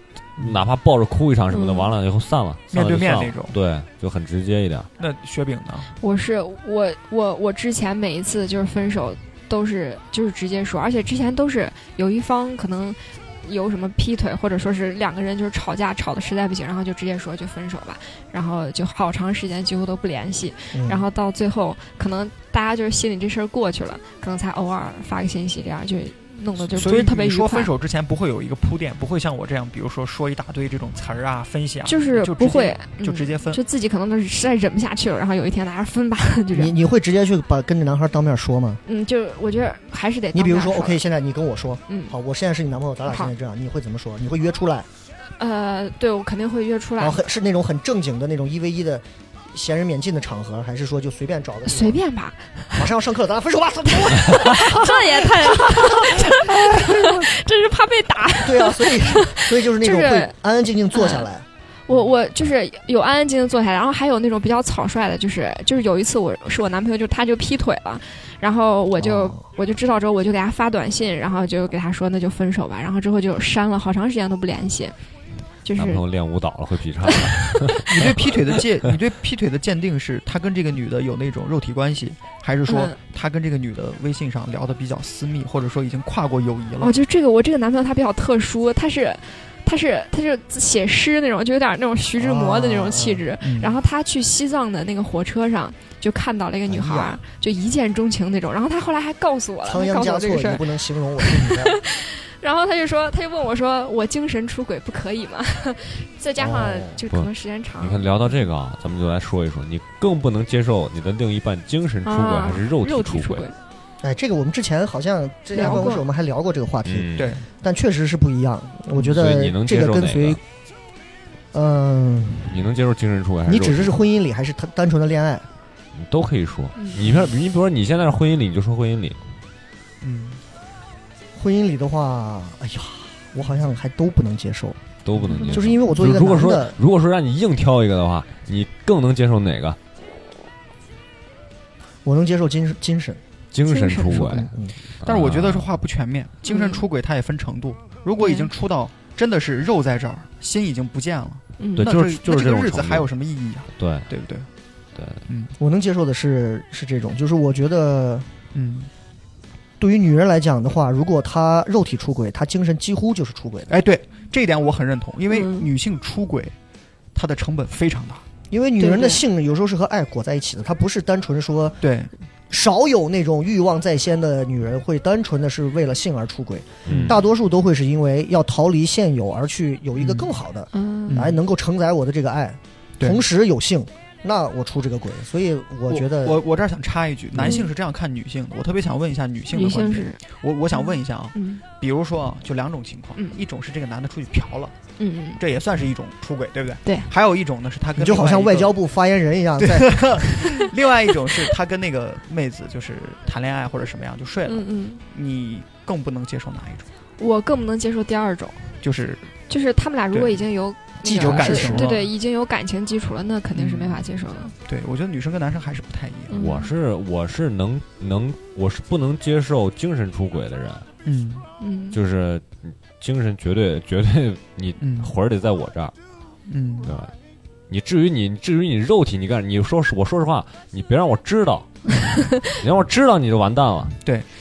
C: 哪怕抱着哭一场什么的，
E: 嗯
C: 完了以后散了，
D: 面对
C: 散了就
D: 面那
C: 散了
D: 种
C: 对，就很直接一点。
D: 那雪饼呢？
E: 我是我我我之前每一次就是分手都是就是直接说，而且之前都是有一方可能有什么劈腿，或者说是两个人就是吵架吵的实在不行，然后就直接说就分手吧，然后就好长时间几乎都不联系，
B: 嗯
E: 然后到最后可能大家就是心里这事儿过去了，可能才偶尔发个信息这样就。弄得就不
D: 所以
E: 是特别
D: 你
E: 愉
D: 说
E: 快，
D: 分手之前不会有一个铺垫，不会像我这样，比如说说一大堆这种词儿啊、分析啊，
E: 就是
D: 就直
E: 不
D: 接
E: 会，
D: 就
E: 嗯
D: 直接分
E: 就自己可能都是实在忍不下去了，然后有一天大家分吧，就这
B: 你
E: 样。
B: 你会直接去把跟着男孩当面说吗？
E: 嗯，就是我觉得还是得
B: 你比如
E: 当面
B: 说，OK，现在你跟我说，
E: 嗯，
B: 好，我现在是你男朋友，咱俩
E: 好
B: 现在这样，你会怎么说？你会约出来，
E: 呃，对，我肯定会约出
B: 然后
E: 来，
B: 很是那种很正经的那种一 v 一的闲人免进的场合，还是说就随便找个地方
E: 随？便吧，
B: 马上要上课了，咱俩分手吧！
E: 这也 <laughs> 太，这是怕被打。
B: 对啊，所以所以就是那种
E: 就是
B: 会安安静静坐下来，
E: 我我就是有安安静静坐下来，然后还有那种比较草率的，就是就是有一次我是我男朋友，就他就劈腿了，然后我就、
B: 哦
E: 我就知道之后，我就给他发短信，然后就给他说那就分手吧，然后之后就删了，好长时间都不联系，就是
C: 男朋友练舞蹈了，会劈叉了，
D: 你对劈腿的界，你对劈腿的鉴定是他跟这个女的有那种肉体关系，还是说
E: 嗯
D: 他跟这个女的微信上聊的比较私密，或者说已经跨过友谊了
E: 哦，？就这个我这个男朋友他比较特殊，他是他是他是写诗那种，就有点那种徐志摩的那种气质。
D: 嗯
E: 然后他去西藏的那个火车上，就看到了一个女孩
B: 哎
E: 儿
B: 呀，
E: 就一见钟情那种。然后他后来还告诉我了，
B: 仓
E: 他
B: 央
E: 告诉
B: 嘉
E: 我
B: 措，
E: 这个事
B: 你
E: 儿。
B: 不能形容我对你的。
E: 然后他就说，他就问我说，我精神出轨不可以吗？ <laughs> 再加上
B: 哦
E: 就是
C: 不
E: 可能时间长
C: 你，看聊到这个啊，咱们就来说一说，你更不能接受你的另一半精神出轨
E: 啊
C: 还是肉
E: 肉
C: 体出
E: 体出
C: 轨？
E: 轨，
B: 哎，这个我们之前好像之前
E: 聊
B: 办
E: 过
B: 公室我们还聊过这个话题，
C: 嗯，
D: 对，
B: 但确实是不一样。我觉
C: 所以你
B: 得
C: 能
B: 这
C: 接受
B: 跟
C: 哪
B: 随
C: 个？，
B: 嗯。
C: 你能接受精神出轨还是
B: 你
C: 肉体
B: 指的是婚姻里还是单单纯的恋爱？
C: 你都可以说。
E: 嗯
C: 你比如你比如说你现在是婚姻里，你就说婚姻里，
D: 嗯，
B: 婚姻里的话，哎呀，我好像还都不能接受，
C: 都不能接受。
B: 就是因为我作为一个
C: 如果
B: 男
C: 说
B: 的，
C: 如果说让你硬挑一个的话，你更能接受哪个？
B: 我能接受精神
C: 嗯
B: 精神
C: 精神
E: 神
C: 出
E: 出
C: 轨
E: 轨。
B: 嗯，
D: 但是我觉得
C: 啊
D: 这话不全面，精
E: 嗯
D: 神出轨它也分程度。如果已经出到真的是肉在这儿，心已经不见了，
E: 嗯，
C: 对
D: 那
C: 就
D: 这
C: 是就是
D: 那这
C: 这
D: 个
C: 种
D: 日子
C: 程度
D: 还有什么意义啊？
C: 对，
D: 对不对？
B: 我能接受的是是这种，就是我觉得
D: 嗯，
B: 对于女人来讲的话，如果她肉体出轨，她精神几乎就是出轨的。
D: 哎，对这一点我很认同，因为
E: 嗯
D: 女性出轨，它的成本非常大。
B: 因为女人
E: 对对
B: 的性有时候是和爱裹在一起的，她不是单纯说
D: 对，
B: 少有那种欲望在先的女人会单纯的是为了性而出轨，
C: 嗯
B: 大多数都会是因为要逃离现有而去有一个
D: 嗯
B: 更好的，
E: 嗯
B: 来能够承载我的这个爱，
D: 对
B: 同时有性，那我出这个轨，所以我觉得
D: 我我嗯这儿想插一句，男性是这样看女性的，我特别想问一下女性
E: 女
D: 的观
E: 性
D: 点。
E: 是
D: 我我想问一下啊，
E: 嗯
D: 比如说啊，就两种情况
E: 嗯，
D: 一种是这个男的出去嫖了，
E: 嗯
D: 这也算是一种出轨，对不对？
E: 对
D: 还有一种呢，是他
B: 你
D: 跟
B: 就好像
D: 另外
B: 外
D: <laughs> 一个
B: 交部发言人一样，在
D: 另外一种是他跟那个妹子就是谈恋爱或者什么样就睡了，
E: 嗯嗯，
D: 你更不能接受哪一种？
E: 我更不能接受第二种，
D: 就是
E: 就是他们俩如果
D: 对
E: 已经有
B: 既
E: 那个
B: 有感
E: 是
D: 情
E: 对
D: 了
E: 对，已经有感情基础了，那肯定是没法接受的。
D: 对我觉得女生跟男生嗯还是不太一样。
E: 嗯
C: 我是我是能能我是不能接受精神出轨的人，
D: 嗯
E: 嗯，
C: 就是精神绝对绝对你
D: 嗯
C: 魂儿得在我这儿，
D: 嗯
C: 对吧？你至于你至于你肉体你干，你说实我说实话，你别让我知道，你让我知道你就完蛋了。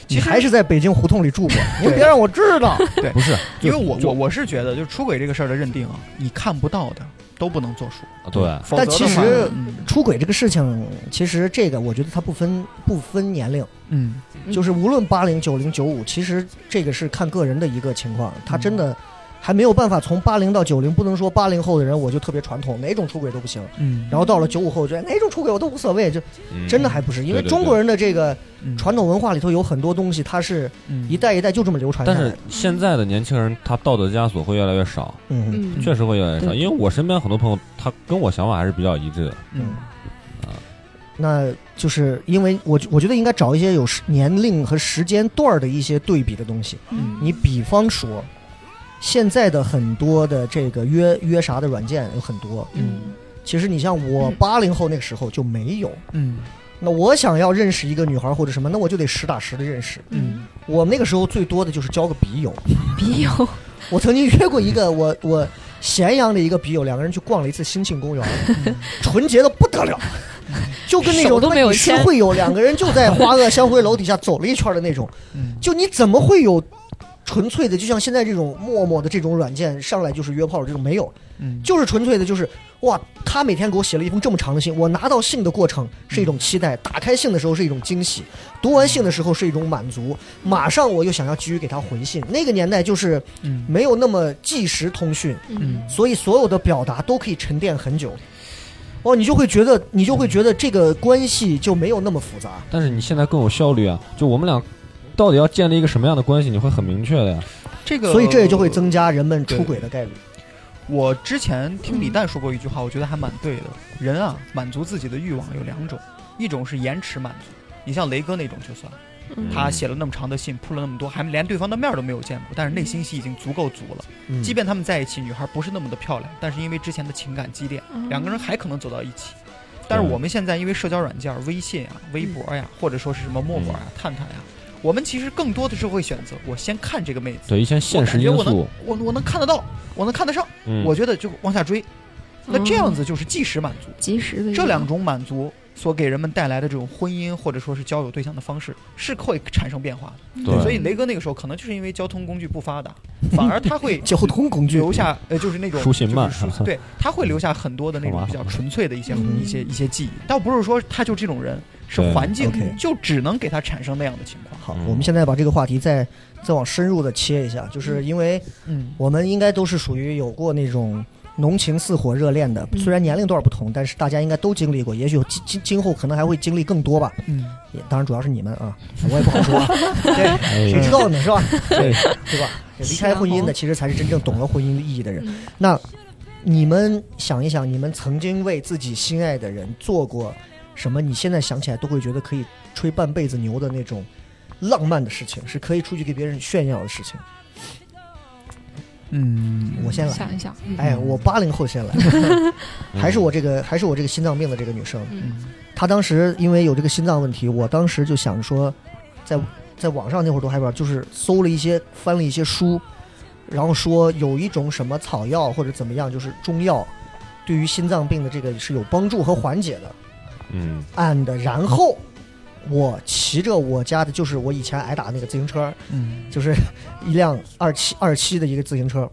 B: 你还是在北京胡同里住 <laughs> 过，你别让我知道。
C: 不是，
D: 因为我
C: 就
D: 我我是觉得，就是出轨这个事儿的认定啊，你看不到的都不能作数。
C: 啊对，
D: 否则的
B: 但其
D: 话
B: 实
D: 嗯
B: <laughs> 出轨这个事情，其实这个我觉得它不分不分年龄，
D: 嗯
E: 嗯
B: 就是无论八零、九零、九五，其实这个是看个人的一个情况，他真的还没有办法从八零到九零，不能说八零后的人我就特别传统，哪种出轨都不行。
D: 嗯
B: 然后到了九五后，我觉得哪种出轨我都无所谓，就
C: 嗯
B: 真的还不是，因为
C: 对对对
B: 中国人的这个
D: 嗯
B: 传统文化里头有很多东西，它是一代一代就这么流传下
C: 但
B: 来
C: 是
B: 的。
C: 现在的年轻人，他道德枷锁会越来越少，
B: 嗯，
E: 嗯，
C: 确实会越来越少。
E: 对
C: 因为我身边很多朋友，他跟我想法还是比较一致的。
D: 嗯
B: 那就是因为我我觉得应该找一些有时年龄和时间段儿的一些对比的东西。
D: 嗯
B: 你比方说，现在的很多的这个约约啥的软件有很多，
D: 嗯
B: 其实你像我
E: 嗯
B: 八零后那个时候就没有。
D: 嗯
B: 那我想要认识一个女孩或者什么，那我就得实打实的认识。
D: 嗯
B: 我们那个时候最多的就是交个笔友。
E: 笔友，
B: 我曾经约过一个 <laughs> 我我咸阳的一个笔友，两个人去逛了一次兴庆公园，纯洁的不得了，就跟那种
E: 嗯手都没有
B: 你是
E: 牵
B: 会有两个人就在花萼香灰楼底下走了一圈的那种，
D: 嗯
B: 就你怎么会有？纯粹的，就像现在这种陌陌的这种软件，上来就是约炮这种没有，
D: 嗯
B: 就是纯粹的，就是哇，他每天给我写了一封这么长的信，我拿到信的过程是一种期待，打开信的时候是一种惊喜，读完信的时候是一种满足，马上我又想要继续给他回信。那个年代就是
D: 嗯
B: 没有那么即时通讯，
E: 嗯
B: 所以所有的表达都可以沉淀很久。哦，你就会觉得，你就会觉得这个关系就没有那么复杂。
C: 但是你现在更有效率啊！就我们俩到底要建立一个什么样的关系，你会很明确的呀。
D: 这个，
B: 所以这也就会。增加人们出轨的概率。
D: 我之前听李诞说过一句话，我觉得还蛮对的。人啊，满足自己的欲望有两种，一种是延迟满足，你像雷哥那种就算了，
E: 嗯
D: 他写了那么长的信，铺了那么多，还连对方的面儿都没有见过，但是内心戏已经足够足了。
B: 嗯
D: 即便他们在一起，女孩不是那么的漂亮，但是因为之前的情感积淀，
E: 嗯
D: 两个人还可能走到一起。但是我们现在因为社交软件儿，微信啊、微博呀，或者说是什么陌陌
C: 嗯
D: 呀、探探呀，我们其实更多的是会选择我先看这个妹子，
C: 对一些现实因
D: 我感觉
C: 素，
D: 我我能看得到，我能看得上，
C: 嗯，
D: 我觉得就往下追。那这样
E: 嗯
D: 子就是即时满足，
E: 及时的
D: 这两种满足所给人们带来的这种婚姻或者说是交友对象的方式是会产生变化的。
C: 对
D: 所以雷哥那个时候可能就是因为交通工具不发达，反而他会
B: 交通工具
D: 留下呃，就是那种
C: 书信慢
D: 就是书对，他会留下很多的那种比较纯粹的一些
B: 嗯
D: 一些一些记忆，倒不是说他就这种人，是
C: 对
D: 环境
B: OK
D: 就只能给他产生那样的情况。
B: 好，
C: 嗯
B: 我们现在把这个话题再再往深入的切一下，就是因为
D: 嗯
B: 我们应该都是属于有过那种浓情似火热恋的，
E: 嗯
B: 虽然年龄段不同，但是大家应该都经历过，也许今今今后可能还会经历更多吧。
D: 嗯
B: 也当然主要是你们啊，我也不好说啊，对
C: 哎呀
B: 谁知道呢，是吧？
C: 对
B: 对吧？离开婚姻的其实才是真正懂了婚姻的意义的人。
E: 啊哦嗯
B: 那你们想一想，你们曾经为自己心爱的人做过什么？你现在想起来都会觉得可以吹半辈子牛的那种浪漫的事情，是可以出去给别人炫耀的事情。
D: 嗯
B: 我先来，
E: 想一想，嗯
B: 哎，我八零后先来，
C: 嗯
B: 还是我这个还是我这个心脏病的这个女生，
E: 嗯
B: 她当时因为有这个心脏问题，我当时就想说，在在网上那会儿都还不知道，就是搜了一些翻了一些书，然后说有一种什么草药或者怎么样，就是中药，对于心脏病的这个是有帮助和缓解的。
C: 嗯
B: and 然后我骑着我家的，就是我以前挨打那个自行车，
D: 嗯
B: 就是一辆二七二七的一个自行车，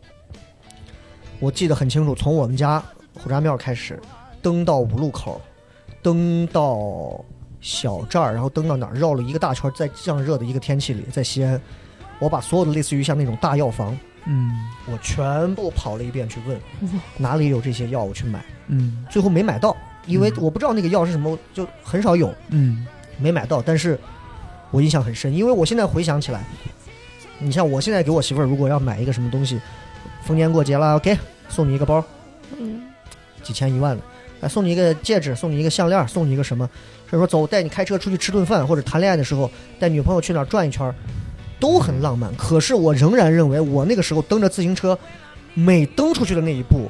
B: 我记得很清楚，从我们家虎扎庙开始，蹬到五路口，蹬到小寨儿，然后蹬到哪儿，绕了一个大圈儿，在这样热的一个天气里，在西安，我把所有的类似于像那种大药房，
D: 嗯
B: 我全部跑了一遍去问
E: 哇，
B: 哪里有这些药，我去买，
D: 嗯
B: 最后没买到，因为
D: 嗯
B: 我不知道那个药是什么，就很少有。
D: 嗯
B: 没买到，但是我印象很深，因为我现在回想起来，你像我现在给我媳妇儿，如果要买一个什么东西，逢年过节啦，OK，送你一个包，
E: 嗯，
B: 几千一万的，哎，送你一个戒指，送你一个项链，送你一个什么，甚至说走带你开车出去吃顿饭，或者谈恋爱的时候带女朋友去哪儿转一圈儿，都很浪漫。可是我仍然认为，我那个时候蹬着自行车，每蹬出去的那一步，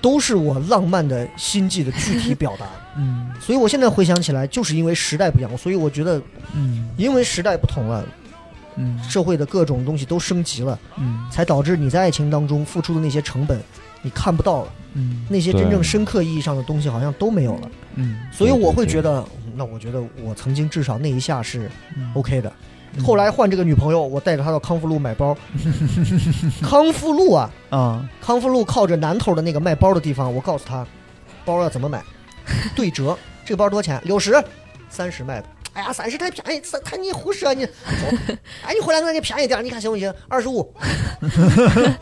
B: 都是我浪漫的心计的具体表达。
D: 嗯
B: 所以我现在回想起来，就是因为时代不一样，所以我觉得
D: 嗯
B: 因为时代不同了，
D: 嗯
B: 社会的各种东西都升级了，
D: 嗯
B: 才导致你在爱情当中付出的那些成本，你看不到了，
D: 嗯
B: 那些真
C: 对
B: 正深刻意义上的东西好像都没有了。
D: 嗯
B: 所以我会觉得，那我觉得我曾经至少那一下是 OK 的。
D: 嗯
B: 后来换这个女朋友，我带着她到康复路买包，康复路啊，
D: 啊
B: 康复路靠着南头的那个卖包的地方，我告诉她，包要怎么买，对折，这个包多少钱？六十，三十卖的。哎呀，三十太便宜，三太你胡说你，走，哎你回来给你便宜点儿，你看行不行？二十五，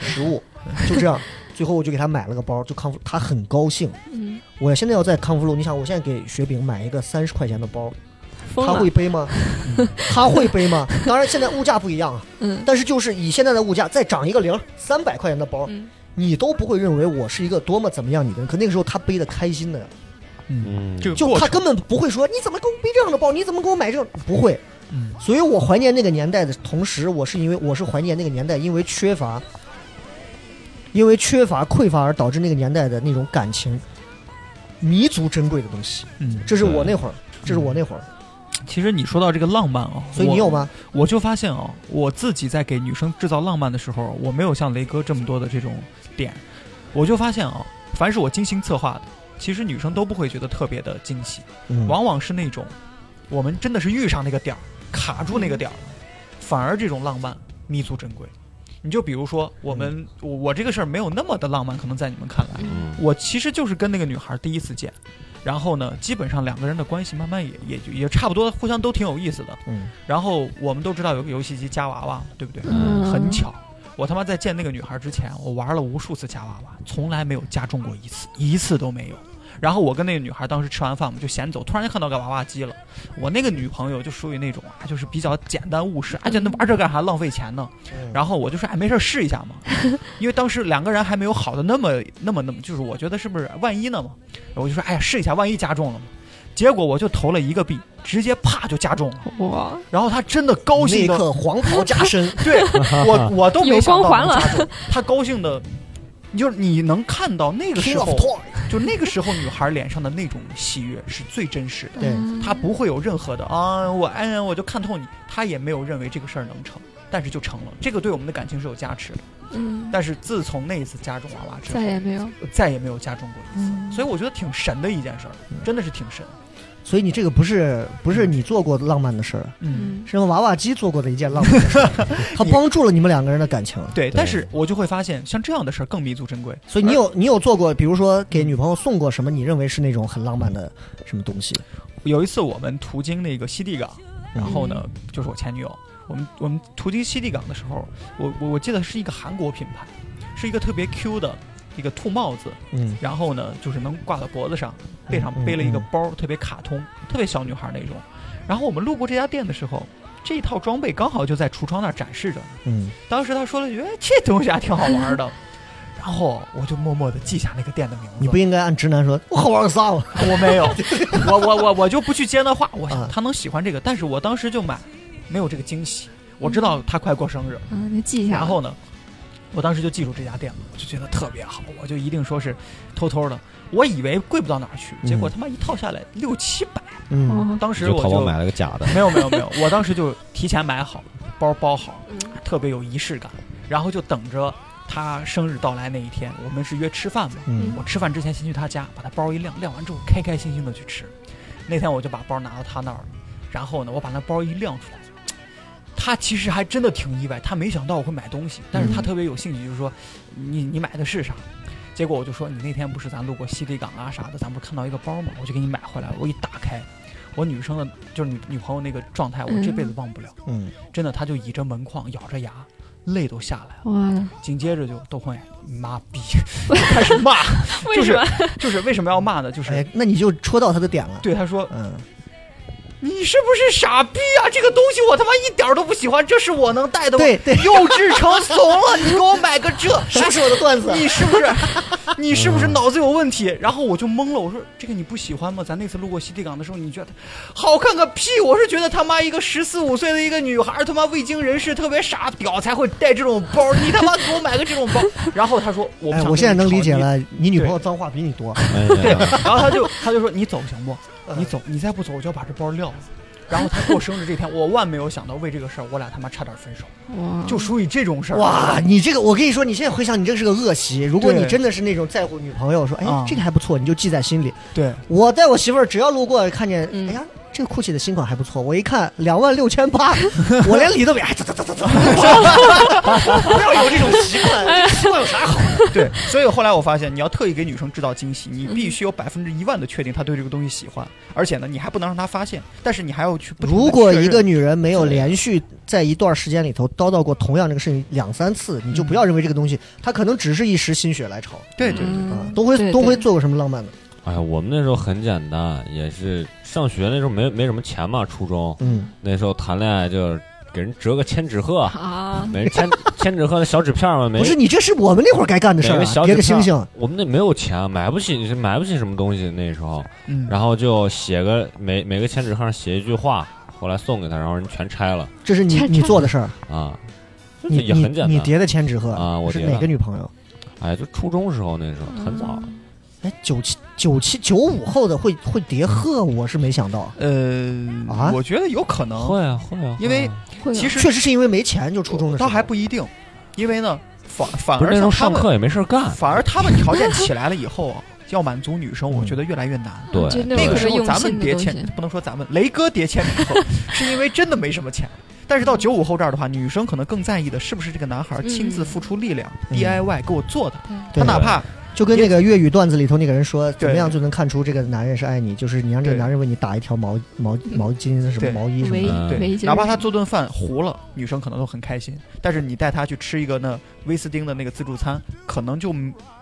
B: 十五，就这样。最后我就给她买了个包，就康复，她很高兴。
E: 嗯，
B: 我现在要在康复路，你想我现在给雪饼买一个三十块钱的包，
E: 疯
B: 他
E: 了
B: 会，背吗？
E: <laughs>
B: 他会背吗？当然现在物价不一样啊，
E: 嗯
B: 但是就是以现在的物价再涨一个零，三百块钱的包，
E: 嗯
B: 你都不会认为我是一个多么怎么样你的人。可那个时候他背的开心的呀，
D: 嗯
C: 嗯，
D: 这个
B: 就
D: 过
B: 他
D: 程
B: 根本不会说你怎么给我背这样的包，你怎么给我买这种不会。
D: 嗯
B: 所以我怀念那个年代的同时，我是因为我是怀念那个年代，因为缺乏，因为缺乏匮乏而导致那个年代的那种感情弥足珍贵的东西。
D: 嗯
B: 这是我那会儿，这是我那会儿，
D: 其实你说到这个浪漫啊，
B: 所以
D: 我
B: 你有？吗？
D: 我就发现啊，我自己在给女生制造浪漫的时候，我没有像雷哥这么多的这种点。我就发现啊，凡是我精心策划的，其实女生都不会觉得特别的惊喜，
B: 嗯
D: 往往是那种我们真的是遇上那个点儿，卡住那个点儿了，反而这种浪漫弥足珍贵。你就比如说，我们我我这个事儿没有那么的浪漫，可能在你们看来，
C: 嗯
D: 我其实就是跟那个女孩第一次见，然后呢，基本上两个人的关系慢慢也也就也差不多，互相都挺有意思的。
B: 嗯
D: 然后我们都知道有个游戏机夹娃娃，对不对？
C: 嗯
D: 很，巧，我他妈在见那个女孩之前，我玩了无数次夹娃娃，从来没有夹中过一次，一次都没有。然后我跟那个女孩当时吃完饭，我们就闲走，突然就看到个娃娃机了。我那个女朋友就属于那种啊，就是比较简单务实，而且那玩这干啥，浪费钱呢？
B: 嗯
D: 然后我就说，哎，没哎事儿试一下嘛，因为当时两个人还没有好的那么那么那么，就是我觉得是不是万一呢嘛？我就说，哎呀，试一下，万一加中了嘛。结果我就投了一个币，直接啪就加中了。
E: 哇，
D: 然后他真的高
B: 那
D: 兴
B: 一
D: 的，
B: 刻黄袍加身，
D: 对 <laughs> 我我都没
E: 有
D: 想到
E: 光环
D: 能
E: 了
D: 加中他高兴的，就是你能看到 <laughs> 那个
B: King
D: 时
B: of
D: 候，
B: Toy，
D: 就那个时候女孩脸上的那种喜悦是最真实的。
B: 对
E: 嗯
D: 他不会有任何的啊，我哎呀，我就看透你，他也没有认为这个事儿能成，但是就成了，这个对我们的感情是有加持的。
E: 嗯，
D: 但是自从那一次加重娃娃之后
E: 再，也嗯没有，
D: 再也没有加重过一次，嗯所以我觉得挺神的一件事儿，真的是挺神。
B: 所以你这个不是不是你做过的浪漫的事儿，
D: 嗯，
E: 嗯
B: 是用娃娃机做过的一件浪漫的事
D: <laughs>
B: 儿，它帮助了你们两个人的感情。
D: 对。
C: 对
D: 但是我就会发现，像这样的事儿更弥足珍贵。
B: 所以你有你有做过，比如说给女朋友送过什么，你认为是那种很浪漫的什么东西？
D: 有一次我们途经那个西递港，然后呢，就是我前女友，我们我们途经西递港的时候，我我我记得是一个韩国品牌，是一个特别 Q 的一个兔帽子，
B: 嗯，
D: 然后呢，就是能挂到脖子上，背上
B: 嗯嗯
D: 背了一个包，特别卡通，特别小女孩那种。然后我们路过这家店的时候，这套装备刚好就在橱窗那儿展示着。
B: 嗯，
D: 当时他说了一句：“哎，这东西还挺好玩的。”然后我就默默的记下那个店的名字。
B: 你不应该按直男说， <laughs> 我好玩个啥嘛？
D: 我没 <laughs> 有，我我我我就不去接那话。我想
B: 啊
D: 他能喜欢这个，但是我当时就买，没有这个惊喜。我知道他快过生日，
E: 啊，那记一下吧，
D: 然后呢，我当时就记住这家店了，我就觉得特别好，我就一定说是偷偷的。我以为贵不到哪儿去，结果他妈一套下来六七百，
B: 嗯，
E: 哦，
D: 当时
C: <laughs> 就
D: 我
C: 淘
D: 就
C: 宝买了个假的，
D: 没有没有没有，我当时就提前买好，包包好，
E: 嗯
D: 特别有仪式感，然后就等着他生日到来那一天，我们是约吃饭嘛，
B: 嗯
D: 我吃饭之前先去他家，把他包一晾，晾完之后开开心心的去吃。那天我就把包拿到他那儿了，然后呢，我把那包一晾出来，他其实还真的挺意外，他没想到我会买东西，但是他
E: 嗯
D: 特别有兴趣，就是说，你你买的是啥？结果我就说你那天不是咱路过西堤港啊啥的，咱不是看到一个包吗？我就给你买回来了。我一打开，我女生的就是女女朋友那个状态，我这辈子忘不了。
B: 嗯，
D: 真的，她就倚着门框，咬着牙，泪都下来了。
E: 哇，
D: 紧接着就豆红眼，你妈逼，就开始骂，
E: <laughs> 为
D: 就是
E: 什么？
D: 就是为什么要骂呢？就是
B: 哎，那你就戳到他的点了。
D: 对她说，
B: 嗯，
D: 你是不是傻逼啊？这个东西我他妈一点儿都不喜欢，这是我能带的吗？
B: 对对
D: 幼稚成怂了，你给我买个
B: <laughs>
D: 这，
B: 是不是我的段子？
D: <laughs> 你是不是，你是不是脑子有问题？然后我就懵了，我说这个你不喜欢吗？咱那次路过西堤港的时候，你觉得好看个屁？我是觉得他妈一个十四五岁的一个女孩，他妈未经人事，特别傻屌才会带这种包，你他妈给我买个这种包。 <laughs> 然后他说我
B: 哎，
D: 不想跟
B: 我现在
D: 你
B: 能
D: 吵
B: 理解
D: 你
B: 了，你女朋友脏话比你多。
C: 哎呀，
D: 然后他就他就说你走行不？
B: 嗯
D: 你走，你再不走我就要把这包撂了。然后他过生日这天，我万没有想到为这个事儿，我俩他妈差点分手，
E: 哇，
D: 就属于这种事儿。
B: 哇，你这个，我跟你说，你现在回想，你这是个恶习。如果
D: 对
B: 你真的是那种在乎女朋友，说，哎
D: 啊，
B: 这个还不错，你就记在心里。
D: 对，
B: 我带我媳妇儿，只要路过看见，
E: 嗯
B: 哎呀，这个 GUCCI 的新款还不错，我一看两万六千八，我连理都没，哎，走走走走走， <laughs> 不要有这种习惯，这个习惯有啥好？
D: 对，所以后来我发现，你要特意给女生制造惊喜，你必须有百分之一万的确定她对这个东西喜欢，而且呢，你还不能让她发现，但是你还要去不停地
B: 如果
D: 确认
B: 一个女人没有连续在一段时间里头叨叨过同样这个事情两三次，你就不要认为这个东西，她可能只是一时心血来潮
D: 对对对，
B: 啊
E: 嗯，
B: 都会
E: 对
B: 都会
E: 对
B: 做过什么浪漫的，
C: 哎呀，我们那时候很简单，也是上学那时候没没什么钱嘛，初中
B: 嗯，
C: 那时候谈恋爱就是给人折个千纸鹤，
E: 啊，
C: 每人千千纸鹤的小纸片嘛，每
B: 不是你这是我们那会儿该干的事
C: 每
B: 儿
C: 个
B: 啊，
C: 小
B: 别个
C: 纸片
B: 星
C: 儿
B: 星，
C: 我们那没有钱，买不起买不起什么东西那时候，
D: 嗯，
C: 然后就写个每每个千纸鹤上写一句话，后来送给他，然后人全拆了
B: 这是
C: <laughs>
B: 你
E: 拆
B: 你做的事儿，
C: 啊，就是
B: 你
C: 也
B: 你
C: 很简
B: 你
C: 单。
B: 叠的千纸鹤
C: 啊我
B: 是
C: 叠
B: 哪
C: 的
B: 个女朋友？
C: 哎，就初中时候那时候很早，
B: 哎，九七九七九五后的会会叠鹤，我是没想到，
D: 呃，
B: 啊
D: 我觉得有可能，
C: 会啊会啊，
D: 因为
C: 会啊
E: 会有
D: 其实
B: 确实是因为没钱就初中的时
D: 倒
B: 候
D: 还不一定，因为呢，反反
C: 不
D: 啊
C: 是
D: 而
C: 那时候
D: 像他
C: 上
D: 们，
C: 课也没事儿干，
D: 反而他们条件起来了以后啊，要满足女生，我
B: 嗯
D: 觉得越来越难。
C: 对
E: 就那
C: 对
D: 那啊个
E: 种
D: 时候
E: 用
D: 咱们
E: 心
D: 叠
E: 的东
D: 千
E: 西，
D: 不能说咱们雷哥叠千纸鹤，是因为真的没什么钱。但是到九五后这儿的话，女生可能更在意的是不是这个男
E: 嗯
D: 孩亲自付出力量、
B: 嗯
D: DIY 给我做的，
B: 对
D: 他哪怕
B: 就跟那个粤语段子里头那个人说，
D: 对
B: 怎么样就能看出这个男人是爱你，就是你让这个
D: 对
B: 男人为你打一条毛毛毛巾什么
D: 对
B: 毛衣什么
E: 围
B: 的。
C: 嗯
D: 对
E: 围巾，
D: 哪怕他做顿饭糊了，女生可能都很开心。但是你带她去吃一个那威斯汀的那个自助餐，可能就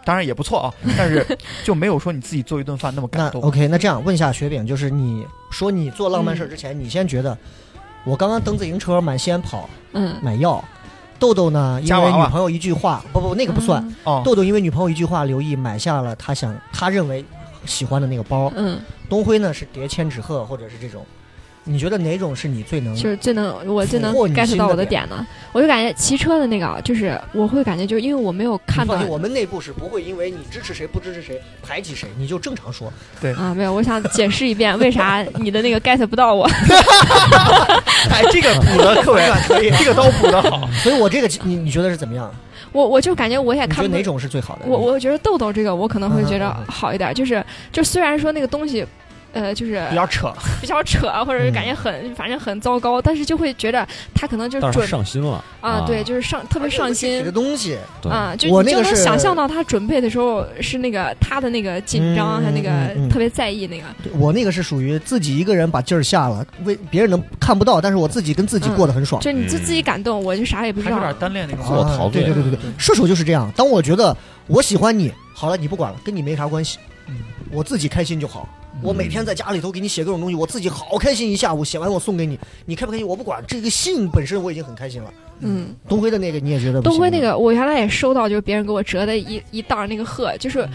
D: 当然也不错啊，但是就没有说你自己做一顿饭那么哦
B: 那
D: 感动。
B: OK，那这样问一下雪饼，就是你说你做浪
D: 嗯
B: 漫事儿之前，你先觉得我刚刚蹬自行车满西安跑
E: 嗯，
B: 买药，豆豆呢因
D: 夹
B: 为
D: 娃
B: 女
D: 娃
B: 朋友一句话，不不那个不算，
D: 哦，
B: 豆豆因为女朋友一句话，刘毅买下了他想他认为喜欢的那个包。
E: 嗯，
B: 东辉呢是叠千纸鹤或者是这种，你觉得哪种是你最能
E: 嗯，？就是最能我最能
B: 俘获你
E: get
B: 心
E: 到
B: 的
E: 我的
B: 点
E: 点呢，我就感觉骑车的那个啊，就是我会感觉就因为我没有看
B: <laughs> 你
E: 到
B: 放心，我们内部是不会因为你支持谁不支持谁排挤谁，你就正常说。
E: 啊，没有，我想解释一遍为啥你的那个 get 不到我， <laughs>
D: 哎，这个补 <laughs> 的特别可以，这个刀补的好。
B: 所以我这个你你觉得是怎么样？
E: 我我就感觉我也
B: 你觉
E: 看
B: 得
E: 不
B: 哪种是最好的？
E: 我我觉得豆豆这个我可能会觉得
B: 嗯嗯嗯
E: 好一点，就是就虽然说那个东西，呃，就是
D: 比较扯，
E: <laughs> 比较扯，啊或者是感觉
B: 嗯
E: 很、反正很糟糕，但是就会觉得他可能就
C: 但是他
E: 准
C: 上心了
E: 啊，对，就是上特别上
B: 你的
E: 心。
B: 东西，
C: 对
E: 啊，就
B: 我
E: 你
B: 那
E: 就
B: 个
E: 能
B: 是
E: 想象到他准备的时候是那个他的那个紧张，
B: 嗯
E: 还有那个
B: 嗯嗯
E: 特别在意那个。
B: 对我那个是属于自己一个人把劲儿下了，为别人能看不到，但是我自己跟自己过得很爽。
E: 就你就自己感动，我就啥也不
D: 嗯
E: 知
D: 还是有
E: 道
D: 点。单恋那
C: 自我
D: 种。
B: 啊
C: 陶醉
B: 对对对对对，射手就是这样。当我觉得我喜欢你，好了，你不管了，跟你没啥关系，
D: 嗯
B: 我自己开心就好。我每天在家里头给你写各种东西，我自己好开心一下午，写完我送给你，你开不开心我不管，这个信本身我已经很开心了。
E: 嗯，
B: 东辉的那个你也觉得不
E: 东
B: 行
E: 辉那个，我原来也收到，就是别人给我折的一一袋儿那个鹤，
D: 嗯
E: 就是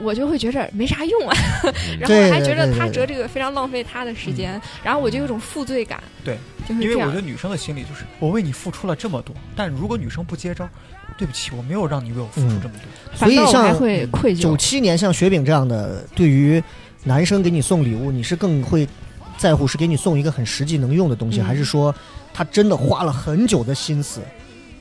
E: 我就会觉着没啥用啊，
C: 嗯
E: 然后我还觉得他折这个非常浪费他的时
B: 嗯
E: 间，然后我就有种负罪感。
D: 对，
E: 就是
D: 因为
E: 这
D: 我
E: 样
D: 觉得。女生的心理就是，我为你付出了这么多，但如果女生不接招，对不起，我没有让你为我付出这么多。
B: 所以
E: 反倒我还
B: 像
E: 会愧疚
B: 九。七年像雪饼这样的，对于男生给你送礼物，你是更会在乎是给你送一个很实际能用的东西，
E: 嗯
B: 还是说他真的花了很久的心思，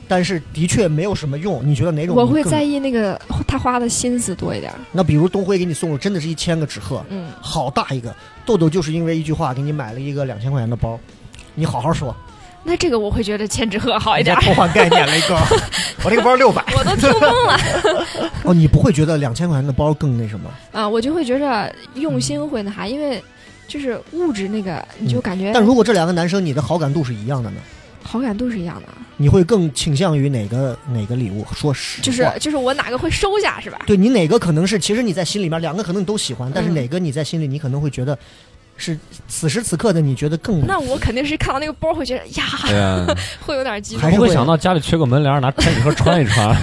B: 但是的确没有什么用？你觉得哪种
E: 我
B: 你
E: 会
B: 更
E: 在意那个他花的心思多一点儿。
B: 那比如东辉给你送了真的是一千个纸鹤，
E: 嗯， <laughs>
B: 好大一个。豆豆就是因为一句话给你买了一个两千块钱的包，你好好说，
E: 那这个我会觉得千纸鹤
B: <laughs>
E: 好一点
D: 你
E: 儿
D: 这，偷嗯换概念了，
E: <laughs>
D: 一哥，我这个包六百，
E: 我都听懵
D: <laughs>
E: 了
B: 哦，你不会觉得两千块钱的包更那什么？
E: 啊，我就会觉着用心
B: 嗯
E: 会那啥，因为就是物质那个，你就感觉
B: 但如果这两个男生你的好感度是一样的呢？
E: 好感度是一样的，啊
B: 你会更倾向于哪个哪个礼物？说实话，
E: 就是就是我哪个会收下是吧？
B: 对你哪个可能是，其实你在心里面两个可能你都喜欢，但是
E: 嗯
B: 哪个你在心里你可能会觉得是此时此刻的你觉得
C: 嗯
B: 更
E: 那我肯定是看到那个包会觉得呀， <laughs>
D: <laughs>
C: 对呀，
E: 会有点激动
B: 还，是
C: 不会
B: 会
C: 想到家里缺个门帘儿，拿千纸鹤穿
D: <laughs>
C: 一穿。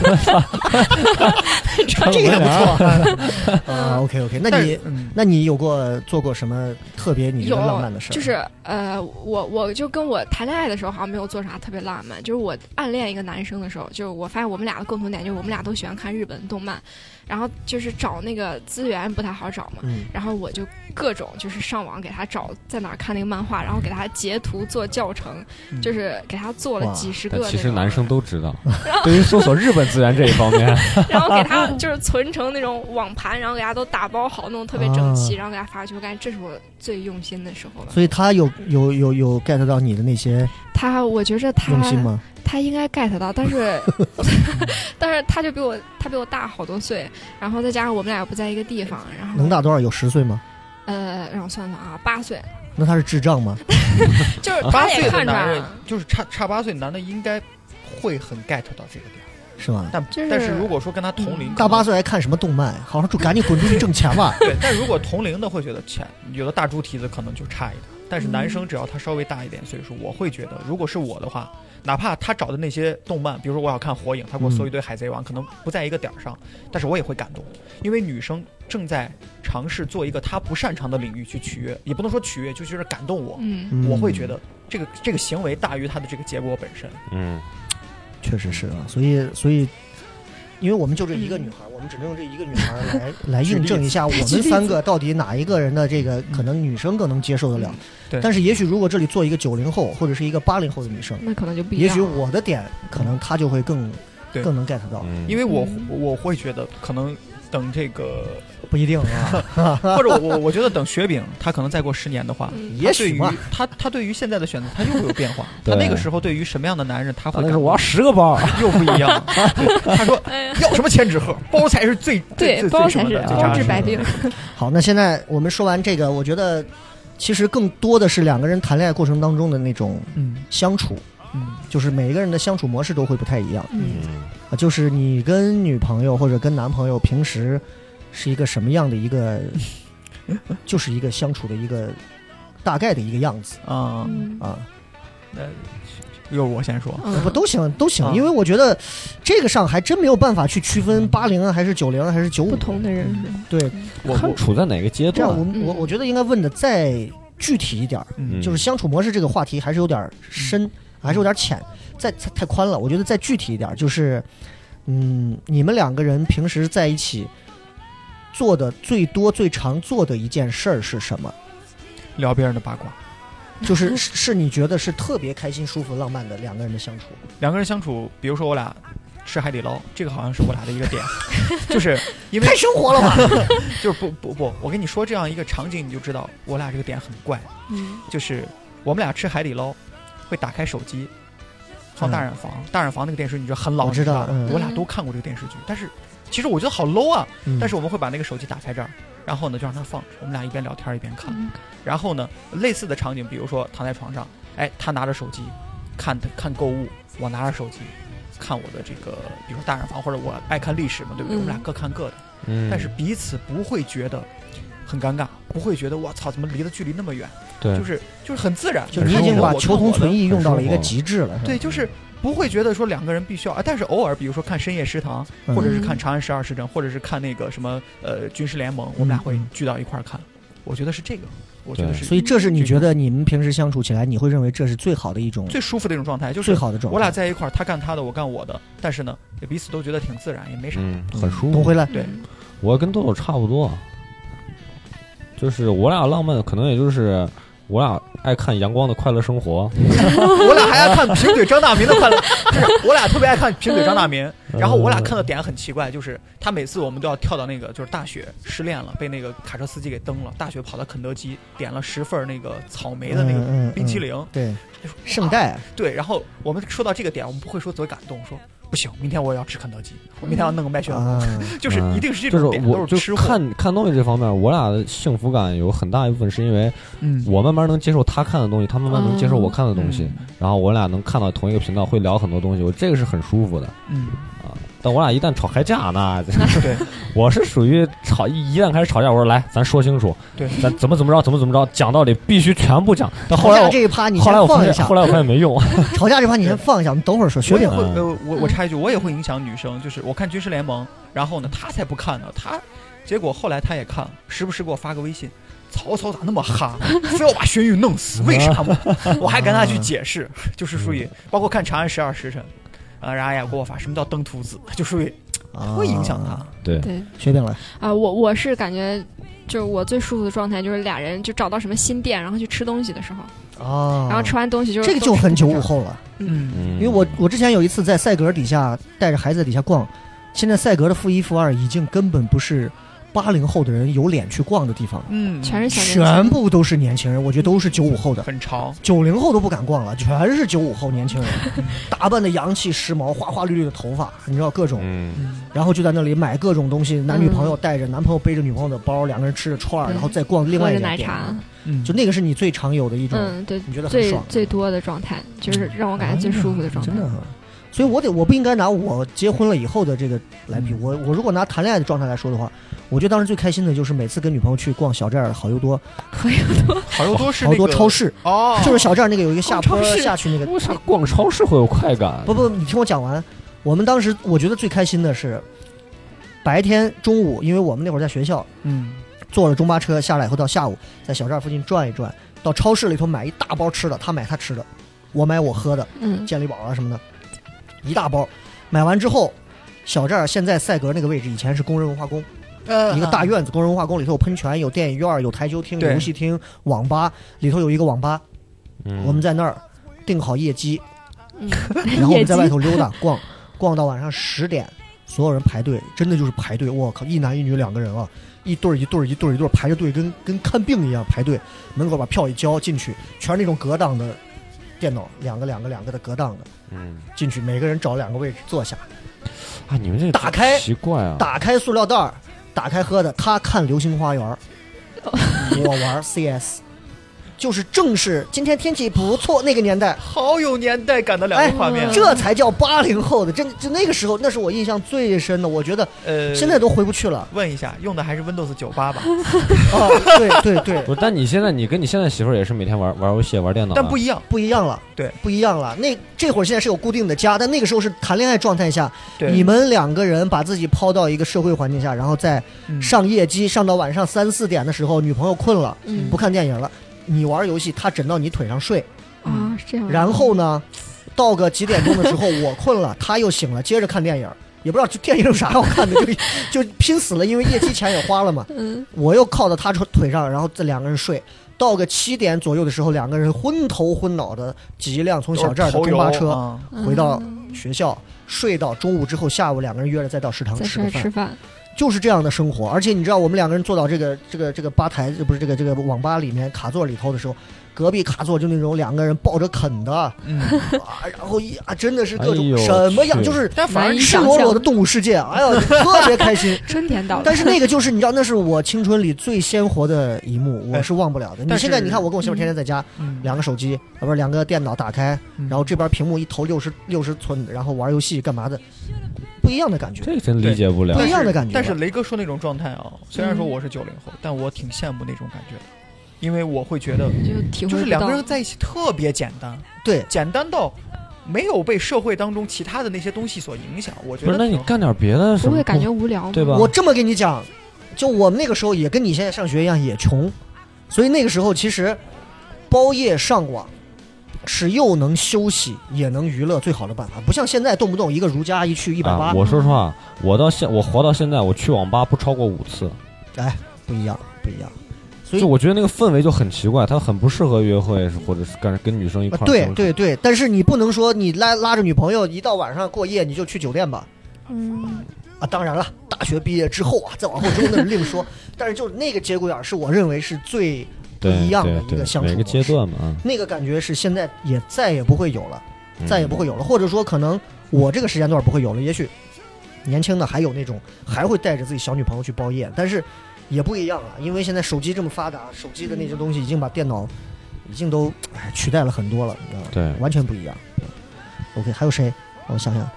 E: 穿
B: 这个
C: 门
B: 不
C: 帘儿
B: 错 <laughs> 啊。OK
E: <laughs>
B: OK，那
D: 但
B: 你
D: 是嗯
B: 那你有过做过什么特别你觉得浪漫的事儿？
E: 就是呃，我我就跟我谈恋爱的时候好像没有做啥特别浪漫，就是我暗恋一个男生的时候，就是我发现我们俩的共同点就是我们俩都喜欢看日本动漫，然后就是找那个资源不太好找嘛。
B: 嗯，
E: 然后我就各种就是上网给他找在哪儿看那个漫画，然后给他截图做教程，
D: 嗯
E: 就是给他做了
B: 哇
E: 几十个
C: 但
E: 那种。
C: 其实男生都知
D: <laughs>
C: 道，对于搜索日本资源这一方面，
E: 然后给他就是存成那种网盘，然后给他都打包好，弄得特别整齐，
B: 啊
E: 然后给他发过去。我感觉这是我最用心的时候了。
B: 所以他有有有有 get 到你的那些
E: 他，我觉着他
B: 用心吗？
E: 他应该 get 到，但是但是他就比我他比我大好多岁，然后再加上我们俩又不在一个地方，然后
B: 能大多少？有十岁吗？
E: 呃，让我算算啊，八岁，
B: 那他是智障吗？
E: 就是
D: 啊嗯八
E: 他
D: 岁的
E: 也看出啊来
D: 男人
E: 了，
D: 就是差差八岁男的应该会很 get 到这个点，
B: 是吗？
D: 但
E: 就是
D: 但是如果说跟他同龄，！
B: 大八岁还看什么动漫？好好就赶紧滚出去挣钱吧
D: <laughs> 对，但如果同龄的会觉得浅，有的大猪蹄子可能就差一点。但是男
B: 嗯
D: 生只要他稍微大一点岁数，我会觉得，如果是我的话，哪怕他找的那些动漫，比如说我要看《火影》，他给我搜一堆《海贼王》，可能不在一个点儿上，但是我也会感动，因为女生正在尝试做一个她不擅长的领域去取悦，也不能说取悦，就觉得感动我，
E: 嗯，
B: 嗯
D: 我会觉得这个这个行为大于他的这个结果本身。
C: 嗯，
B: 确实是啊，所以所以，因为我们就这一个女孩，我们只能用这一个女孩来来印证一下我们三个到底哪一个人的这个可能女生更能接受得了。
D: 对
B: 但是也许如果这里做一个九零后或者是一个八零后的女生，
E: 那可能就不一
B: 也
E: 样啊
B: 许
E: 了。
B: 我的点可能她就会更
D: 对
B: 更能 get 到，
C: 嗯
D: 因为我
E: 嗯
D: 我会觉得，可能等这个，
B: 不一定啊， <laughs>
D: 或者我我我觉得等雪饼，他可能再过十年的话，
E: 嗯
B: 也许
D: 他
B: 嘛
D: 对于。他他对于现在的选择，他又会有变
C: <laughs>
D: 化。他
C: 对啊
D: 那个时候对于什么样的男人，他会
C: 那
D: 感
C: 是
D: 觉
C: 我要十个包，
D: <laughs> 又不一
C: <laughs>
D: 样。他说
E: 哎呀，
D: 要什么千纸鹤，包才是最最
E: <laughs> 对，
D: 最
E: 包
D: 最什
E: 才
D: 么
E: 是
D: 的最
E: 包
D: 扎实
E: 治
D: 的
E: 百 <laughs> 病。
B: 好，那现在我们说完这个，我觉得其实更多的是两个人谈恋爱过程当中的那种
D: 嗯
B: 相处，
D: 嗯，
B: 就是每一个人的相处模式都会不太一样。
E: 嗯，
C: 嗯，
B: 啊，就是你跟女朋友或者跟男朋友平时是一个什么样的一
E: <laughs>
B: 个，就是一个相处的一个大概的一个样子
D: 啊，
E: 嗯
B: 啊，
D: 又是我先说。
E: 嗯
B: 不都行都行
D: 啊，
B: 因为我觉得这个上还真没有办法去区分八零啊还是九零还是九
E: 嗯不
B: 五，
E: 同的人是吧
B: 对，
D: 我
C: 看
D: 我
C: 处在哪个阶
B: 这样我
C: 段，
B: 们我
E: 嗯
B: 我觉得应该问的再具体一点儿，
D: 嗯
C: 嗯
B: 就是相处模式这个话题还是有点儿深，还是有点儿浅，再太太宽了，我觉得再具体一点儿就是，嗯，你们两个人平时在一起。做的最多、最常做的一件事儿是什么？
D: 聊别人的八卦，
B: 就是是是你觉得是特别开心、舒服、浪漫的两个人的相处。
D: 两个人相处，比如说我俩吃海底捞，这个好像是我俩的一个点， <laughs> 就是因为
B: 太生活了吧？
D: 就是不不不，我跟你说这样一个场景，你就知道我俩这个点很怪。
E: 嗯
D: 就是我们俩吃海底捞，会打开手机，放大染坊。大染坊那个电视剧你知道很老，
B: 嗯我知道
D: 你吧
B: 嗯
D: 我俩都看过这个电视剧。但是其实我觉得好 low 啊！
B: <laughs> 嗯
D: 但是我们会把那个手机打开这儿，然后呢就让它放着，我们俩一边聊天一边看。
E: 嗯
D: 然后呢，类似的场景，比如说躺在床上，哎，他拿着手机看看购物，我拿着手机看我的这个，比如说大染坊或者我爱看历史嘛，对不对？
E: 嗯
D: 我们俩各看各的，
C: 嗯
D: 但是彼此不会觉得很尴尬，不会觉得我操，怎么离的距离那么远？
C: 对
D: 就，是就是很自然，
B: 就
C: 很
B: 你已
C: 生
B: 经
C: 活
B: 把
D: 我
B: 求
D: 看
B: 同
D: 我的
B: 存异用到了一个
C: 生活
B: 极致了。是吧
D: 对，就是不会觉得说两个人必须要啊，但是偶尔，比如说看《深夜食堂》，
B: 嗯
D: 或者是看《长安十二时辰》，或者是看那个什么呃《军事联盟》，我们俩会聚到一块儿看。我觉得是这个，我觉得
C: 对
D: 是
B: 嗯所以这是你觉得你们平时相处起来，你会认为这是最好的一种
D: 最舒服的一种状态，就
B: 最
D: 是
B: 好的状态。
D: 我俩在一块儿，他干他的，我干我的，但是呢，也彼此都觉得挺自然，也没啥。
C: 嗯，很舒
B: 董
C: 服
B: 回。来，
D: 对
E: 嗯
C: 我跟豆豆差不多，就是我俩浪漫可能也就是我俩爱看《阳光的快乐生活
D: <laughs> 我俩还爱看贫嘴张大民的快乐，就是我俩特别爱看贫嘴张大民。
C: 嗯
D: 然后我俩看的点很奇怪，就是他每次我们都要跳到那个，就是大雪失恋了，被那个卡车司机给蹬了，大雪跑到肯德基点了十份儿那个草莓的那
B: 嗯嗯
D: 个
B: 嗯
D: 冰淇淋，
B: 对，
D: 他就说
B: 圣
D: 哇
B: 代，
D: 对，然后我们说到这个点，我们不会说多感动，说不行，明天我也要吃肯德基，我明天要弄个麦旋风，
B: 啊，
D: 就是
C: 嗯
D: 一定是》，
C: 就
D: 这
C: 是
D: 种点，
C: 我
D: 都
C: 就是
D: 吃货。
C: 看看东西这方面，我俩的幸福感有很大一部分是因为
D: 嗯，
C: 我慢慢能接受他看的东西，他慢慢能接受我看的东西，
D: 嗯
C: 然后我俩能看到同一个频道，会聊很多东西，我这个是很舒服的。
D: 嗯，
C: 但我俩一旦吵开
B: <laughs>
C: 架，那
D: 对，
C: 我是属于吵一一旦开始吵架，我说来，咱说清楚，
D: 对
C: 咱怎么怎么着，怎么怎么着，讲道理必须全部讲。但后
B: 吵
C: 来
B: 架
C: 我
B: 这一趴你
C: 后来我
B: 先
C: 发
B: 放一
C: 现，
B: 下
C: 后，来我发现没用，
B: 吵架这趴你先放一下，我们等会儿说。雪
D: 我也
B: 饼
D: 会，
C: 啊
D: 呃，我我插一句，我也会影响女生，就是我看军事联盟，然后呢，她才不看呢，她，结果后来她也看了，时不时给我发个微信，曹操咋那么哈，非要把荀彧弄死，为啥嘛？ <laughs> 我还跟她去解释，就是属
B: 嗯
D: 于包括看《长安十二时辰》，啊，然后也给我发什么叫登徒子，就属于会影响她
B: 啊。。
C: 对
E: 对
B: 雪饼来，
E: 啊、我我是感觉，就是我最舒服的状态就是俩人就找到什么新店，然后去吃东西的时候，
B: 啊，
E: 然后吃完东西就是
B: 这个
E: 都
B: 就
E: 吃
B: 很
E: 不
B: 九
E: 上
B: 五后了，
D: 嗯，
B: 因为我我之前有一次在赛格底下带着孩子在底下逛，现在赛格的负一负二已经根本不是八零后的人有脸去逛的地方了，
D: 嗯，
E: 全是小年轻
B: 全部都是年轻人，我觉得都是九五后的。
D: 很长，
B: 九零后都不敢逛了，全是九五后年
C: <laughs>
B: 轻人，打扮的洋气时髦，花花绿绿的头发，你知道各种，
C: 嗯
B: 然后就在那里买各种东西，男女朋友带着，男朋友背着女朋友的包，两个人吃着串儿，
E: 嗯对
B: 然后再逛另
E: 喝
B: 外一
E: 着
B: 家
E: 奶
B: 店，
E: 茶，
D: 嗯，
B: 就那个是你最常有的一种，
E: 嗯，对，
B: 你觉得很
E: 最
B: 爽，嗯哎
E: 最多的状态就是让我感觉最舒服的状态
B: 真。的啊。所以我得我不应该拿我结婚了以后的这个来
E: 嗯
B: 比，我我如果拿谈恋爱的状态来说的话，我觉得当时最开心的就是每次跟女朋友去逛小寨儿好又多，
D: 嗯好多多是
B: 好
D: 那
B: 多
D: 个
B: 超市，
D: 哦，
B: 就是小寨儿那个有一个下坡
E: 逛超市
B: 下去那个
C: 为啥逛超市会有快感？
B: 不不，你听我讲完。我们当时我觉得最开心的是白天中午，因为我们那会儿在学校
D: 嗯
B: 坐了中巴车下来以后，到下午在小寨附近转一转，到超市里头买一大包吃的，他买他吃的，我买我喝的，
E: 嗯，
B: 健力宝啊什么的，一大包。买完之后，小寨儿现在赛格那个位置以前是工人文化宫，
D: 呃
B: 嗯一个大院子，工人文化宫里头有喷泉、有电影院、有台球厅、有
D: 对
B: 游戏厅、网吧，里头有一个网吧，
C: 嗯
B: 我们在那儿订好夜机，
E: 嗯
B: <laughs> 然后我
E: 业
B: 们在
E: 绩
B: 外头溜达逛，逛到晚上十点，所有人排队，真的就是排队。我靠，一男一女两个人啊，一对儿一对儿一对儿一对儿排着队，跟跟看病一样排队。门口把票一交进去，全是那种隔档的电脑，两个两个两个的隔档的
C: 嗯
B: 进去，每个人找两个位置坐下，
C: 啊，你们这个
B: 打开
C: 奇怪啊，
B: 打开塑料袋儿，打开喝的，他看《流星花园儿》，我玩 CS。就是正是今天天气不错，那个年代
D: 好有年代感的两
B: 哎
D: 个画面，
B: 这才叫八零后的，真就那个时候，那是我印象最深的。我觉得
D: 呃，
B: 现在都回不去
D: <laughs>
B: 了。
D: 问一下，用的还是 Windows 九八吧？
B: 哦，对对对，
C: 不是，但你现在你跟你现在媳妇儿也是每天玩玩游戏、玩电脑啊，
D: 但不一样，
B: 不一样了，
D: 对，
B: 不一样了。那这会儿现在是有固定的家，但那个时候是谈恋爱状态下，
D: 对
B: 你们两个人把自己抛到一个社会环境下，然后再
D: 嗯
B: 上夜机，上到晚上三四点的时候，女朋友困了，
E: 嗯
B: 不看电影了，你玩游戏，她枕到你腿上睡，
E: 啊是这样。
B: 然后呢，到个几点钟的时候，我困了，她又醒了，接着看电影。也不知道这电影有啥好看的，就就拼死了，因为夜机钱也花了嘛。
E: 嗯
B: 我又靠到他腿上，然后这两个人睡。到个七点左右的时候，两个人昏头昏脑的挤一辆从小寨儿的
D: 都是
B: 中巴
D: 头油
B: 车
D: 啊
E: 嗯
B: 回到学校，睡到中午之后，下午两个人约着再到食堂
E: 在
B: 吃
E: 这
B: 个
E: 儿
B: 饭
E: 吃，
B: <laughs>
E: 饭，
B: 就是这样的生活。而且你知道，我们两个人坐到这个这个这个吧台，不是这个这个网吧里面卡座里头的时候，隔壁卡座就那种两个人抱着啃的，啊，
D: 嗯，
B: 然后一啊真的是各
C: 哎
B: 种
C: 呦
B: 什么样，
C: 去
B: 就是
D: <laughs> 但反
E: 难
D: 而
E: 以
B: 赤
E: 想
B: 裸裸
E: 象
B: 的动物世界，哎呀，特别开心。
E: 春天到了。
B: 但是那个就是你知道，那是我青春里最鲜活的一幕，我
D: 哎
B: 是忘不了的。你
D: 但
B: 现在
D: 是
B: 你看，我跟我媳妇
E: 嗯
B: 天天在家，
D: 嗯
B: 两个手机，啊不是两个电脑打开，
D: 嗯
B: 然后这边屏幕一投六十六十寸的，然后玩游戏干嘛的，不一样的感觉。
C: 这个真理解不了
B: 不
D: 但
B: 一
D: 是
B: 样的感觉
D: 但
B: 吧
D: 是雷哥说那种状态啊，虽然说我是九零后，但我挺羡慕那种感觉的，因为我会觉得
E: 就体嗯
D: 就
E: 会
D: 是
E: 不
D: 两
E: 到
D: 个人在一起特别简单，
B: 对，
D: 简单到没有被社会当中其他的那些东西所影响。我觉
C: 不
D: 得
C: 是，那你
D: 挺好
C: 干点别的什
E: 不
C: 么
E: 会感觉无聊吗？
C: 对吧
B: 我这么跟你讲，就我们那个时候也跟你现在上学一样，也穷，所以那个时候其实包夜上网。是又能休息也能娱乐最好的办法，不像现在动不动一个如家一去一百
C: 啊
B: 八，
C: 我说实话，我到现我活到现在，我去网吧不超过五次。
B: 不一样不一样。所以
C: 就我觉得那个氛围就很奇怪，它很不适合约会，或者是干跟女生一块
B: 啊
C: 儿
B: 对
C: 生活。
B: 对对，但是你不能说你拉拉着女朋友一到晚上过夜你就去酒店吧。
E: 嗯，
B: 啊，当然了，大学毕业之后啊，再往后之后那是另说。但是就是那个节骨眼儿，是我认为是最不
C: 对
B: 一样的
C: 对
B: 一
C: 对
B: 个相处
C: 每个
B: 模
C: 阶
B: 式
C: 段嘛，啊
B: 那个感觉，是现在也再也不会有了，
C: 嗯
B: 再也不会有了。或者说，可能我这个时间段不会有了，也许年轻的还有那种还会带着自己小女朋友去包夜，但是也不一样了，因为现在手机这么发达，手机的那些东西已经把电脑已经都哎取代了很多了，你知道吗？
C: 嗯对
B: 完全不一样。OK，还有谁？我想想，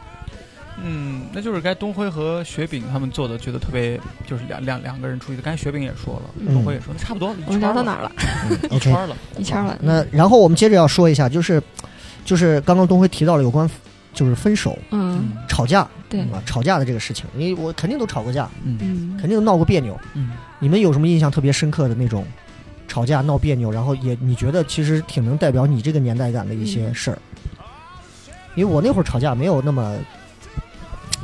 D: 嗯，那就是该东辉和雪饼他们做的，觉得特别就是两两两个人出去的。刚才雪饼也说了，
B: 嗯
D: 东辉也说，那差不多了，一
E: 我们
D: 圈
E: 嗯聊
D: 了
E: 到哪儿了？
D: 一
B: OK
D: 圈了。
E: 一圈了。
B: 那然后我们接着要说一下，就是就是刚刚东辉提到了有关就是分手、
E: 嗯
D: 嗯
B: 吵架，
E: 对
B: 啊，吵架的这个事情，你我肯定都吵过架，
D: 嗯
E: 嗯
B: 肯定都闹过别扭。
D: 嗯，
B: 你们有什么印象特别深刻的那种吵架闹别扭，然后也你觉得其实挺能代表你这个年代感的一些事儿？因为我那会儿吵架没有那么。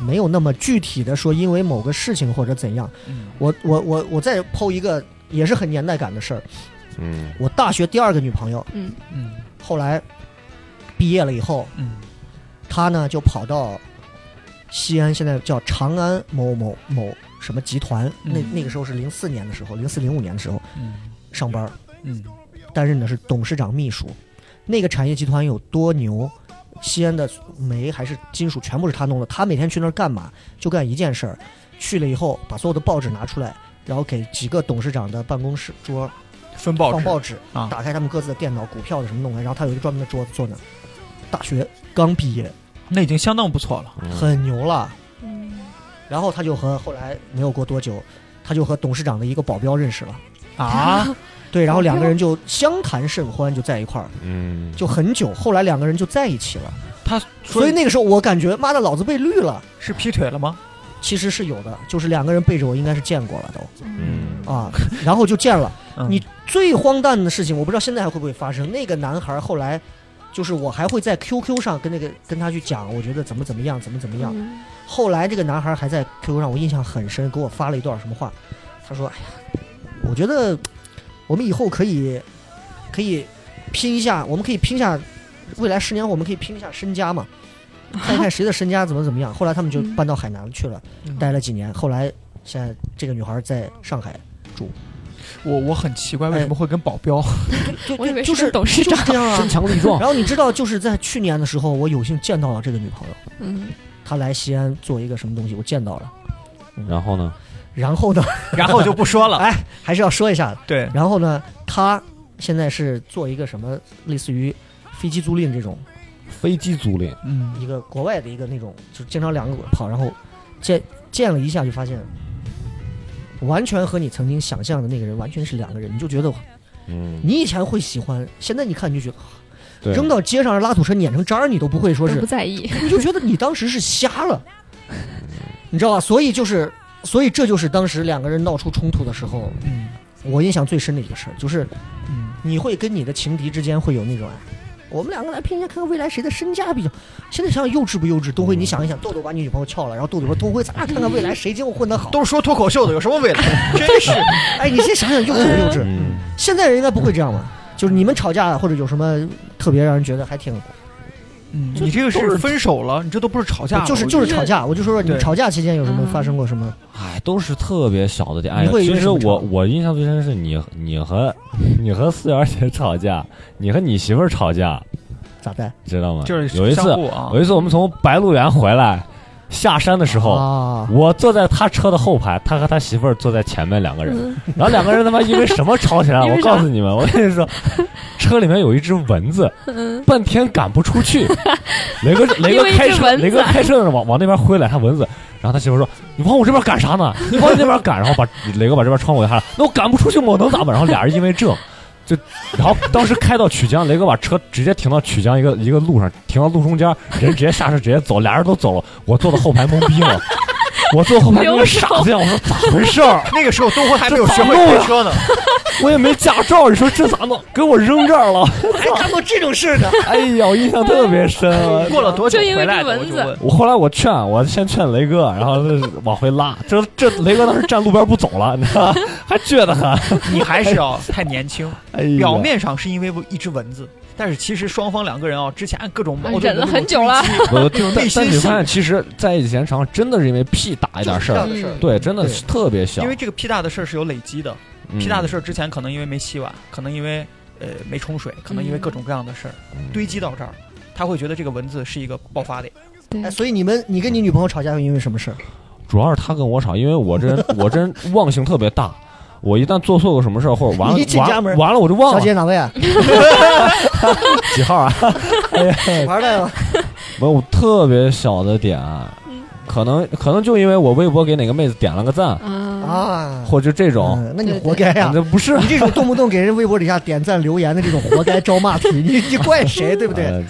B: 没有那么具体的说，因为某个事情或者怎样，
D: 嗯
B: 我我我我再剖一个也是很年代感的事儿。
C: 嗯，
B: 我大学第二个女朋友，
E: 嗯
D: 嗯
B: 后来毕业了以后，
D: 嗯
B: 他呢就跑到西安，现在叫长安某某某什么集团，
D: 嗯
B: 那那个时候是零四年的时候，零四零五年的时候
D: 嗯
B: 上班，
D: 嗯
B: 担任的是董事长秘书。那个产业集团有多牛？西安的煤还是金属全部是他弄的。他每天去那儿干嘛？就干一件事儿，去了以后把所有的报纸拿出来，然后给几个董事长的办公室桌
D: 分报
B: 放
D: 纸
B: 报纸，
D: 啊
B: 打开他们各自的电脑、股票的什么弄的，然后他有一个专门的桌子坐那儿。大学刚毕业，
D: 那已经相当不错了。
C: 嗯
B: 很牛了。
E: 嗯
B: 然后他就和后来没有过多久，他就和董事长的一个保镖认识了。
D: 啊， <laughs>
B: 对，然后两个人就相谈甚欢，就在一块儿，
C: 嗯，
B: 就很久。后来两个人就在一起了。
D: 他
B: 所
D: 所
B: 以
D: 以
B: 那个时候我感觉，妈的，老子被绿了。
D: 是劈腿了吗？
B: 其实是有的，就是两个人背着我，应该是见过了都
C: 嗯
D: <laughs>
B: 啊，然后就见了。
D: 嗯
B: 你最荒诞的事情，我不知道现在还会不会发生。那个男孩后来，就是我还会在 QQ 上跟那个跟他去讲，我觉得怎么怎么样，怎么怎么样。
E: 嗯
B: 后来这个男孩还在 QQ 上，我印象很深，给我发了一段什么话，他说：“哎呀，我觉得我们以后可以可以拼一下，我们可以拼一下未来十年后我们可以拼一下身家
E: <laughs>
B: 嘛，看一看谁的身家怎么怎么样。”后来他们就
E: 嗯
B: 搬到海南去了，
D: 嗯
B: 待了几年。后来现在这个女孩在上海，
D: 我我很奇怪，为什么会跟保镖？
B: 就
E: 我以
B: 就
E: 为
B: 就是是
E: 跟董事
B: 就是
E: 长
B: 这样啊
C: 身。强力壮
B: 然，后你知道，就是在去年的时候，我有幸见到了这个女朋友，
E: 嗯
B: 她来西安做一个什么东西，我见到了。
C: 然后呢？
B: 然后呢，
D: <laughs>
B: <laughs>
D: 然后就不说了。
B: 哎还是要说一下的。
D: <laughs> 对，
B: 然后呢，他现在是做一个什么类似于飞机租赁这种
C: 飞机租赁，
D: 嗯
B: 一个国外的一个那种，就经常两个国跑，然后见见了一下就发现，完全和你曾经想象的那个人完全是两个人，你就觉得
C: 嗯，
B: 你以前会喜欢，现在你看你就觉得
C: 对，
B: 扔到街上拉土车碾成渣儿，你都不会说
E: 都
B: 是
E: 不，在意。
B: 你就觉得你当时是瞎了，你知道吧？所以就是，所以这就是当时两个人闹出冲突的时候，
D: 嗯
B: 我印象最深的一个事儿，就是
D: 嗯，
B: 你会跟你的情敌之间会有那种哎，我们两个来拼一下，看看未来谁的身价比较。现在想想幼稚不幼稚？东辉，
C: 嗯
B: 你想一想，豆豆把你女朋友撬了，然后豆豆说东辉，咱俩看看未来谁今后混得好。
D: 都是说脱口秀的，有什么未来？ <laughs> 真是，
B: 哎，你先想想幼稚不幼稚？
C: 嗯，
B: 现在人应该不会这样吧？就是你们吵架或者有什么特别让人觉得还挺，
D: 嗯，你这个是分手了，你这都不是吵架了，
B: 就是
D: 我
B: 就
D: 觉得
B: 是吵架。我就说说你
D: 对嗯
B: 吵架期间有什么发生过什么？
C: 哎，都是特别小的点。哎
B: 你
C: 呀，
B: 会因
C: 其
B: 为
C: 实
B: 什么
C: 我
B: 吵
C: 我印象最深是你你和你和四瑶姐吵架，你和你媳妇儿吵架，
B: 咋的？
C: 知道吗？
D: 就是
C: 有一次
D: 相，互啊
C: 有，一次我们从白鹿原回来，下山的时候。
B: 啊，
C: 我坐在他车的后排，他和他媳妇儿坐在前面两个人，
E: 嗯
C: 然后两个人他妈因为什么吵起
E: <laughs>
C: 来了？
E: 因为
C: 我
E: 啥
C: 告诉你们，我跟你说，车里面有一只蚊子，
E: 嗯
C: 半天赶不出
E: <laughs>
C: 去。雷哥，雷
E: 因
C: 哥
E: 为一只
C: 开车，
E: 蚊子
C: 雷哥开车的时候往往那边挥了他蚊子，然后他媳妇说：“你往我这边赶啥呢？你往那边赶。”然后把雷哥把这边窗户给他了，那我赶不出去，我能咋办？然后俩人因为这。就，然后当时开到曲江，雷哥把车直接停到曲江一个
D: <laughs>
C: 一个路上，停到路中间，人直接下车直接走，俩人都走了，我坐到后排懵逼了，我坐后排
E: 留
C: 跟个傻子一样，我说咋回事儿？
D: 那个时候东辉还没有
C: 这
D: 学会
C: 咋弄
D: 开
C: 呀
D: 车呢，
C: 我也没驾照，你说这咋弄？给我扔这儿了！ <laughs>
B: 还哎干过这种事呢？
C: 哎呀，我印象特别深。我
D: <laughs> 过了多久
E: 就因为
D: 呃回来
E: 这
D: 的我
E: 蚊
D: 就
E: 子
D: 问，
C: 我后来我劝，我先劝雷哥，然后往回拉。这这雷哥当时站路边不走了，你 <laughs> 知道吗，还倔得很。
D: 你还是要太年 <laughs> 轻。
C: 哎呀
D: 表面上是因为一只蚊子，但是其实双方两个人啊，之前各种矛盾
E: 忍了很久了，
C: 我
D: <laughs>
C: 就
D: 内
C: 但
D: 心
C: 但你
D: 戏
C: 发现，其实在一起时间长，真的是因为屁大一点事儿，
B: 的事儿，
C: 对，真的
B: 对
C: 是特别小
D: 因。为这个屁大的事儿是有累积的，
B: 嗯
D: 屁大的事儿之前可能因为没洗碗，可能因为呃没冲水，可能因为各种各样的事儿
C: 嗯
D: 堆积到这儿，他会觉得这个蚊子是一个爆发点。
B: <laughs>
E: 对
B: 哎，所以你们，你跟你女朋友吵架会因为什么事儿？
C: 主要是他跟我吵，因为我这人我这人忘性特别大，我一旦做错个什么事儿或者完了
B: 你一进家
C: 完
B: 门
C: 完了我就忘
E: 哦
B: 小
C: 了
B: 姐哪位
E: <laughs>
B: 啊？
C: 几号 <laughs> 啊，
B: 玩儿来
E: <laughs>
B: 了，
C: 我有特别小的点啊
E: 嗯，
C: 可能可能就因为我微博给哪个妹子点了个赞，
E: 啊，
B: 啊，
C: 或者这种，
B: 嗯，那你活该呀、
C: 那不是
B: 你这种动不动给人微博底下点赞留言的这种活该招骂题，你你怪谁对不对？
C: 呃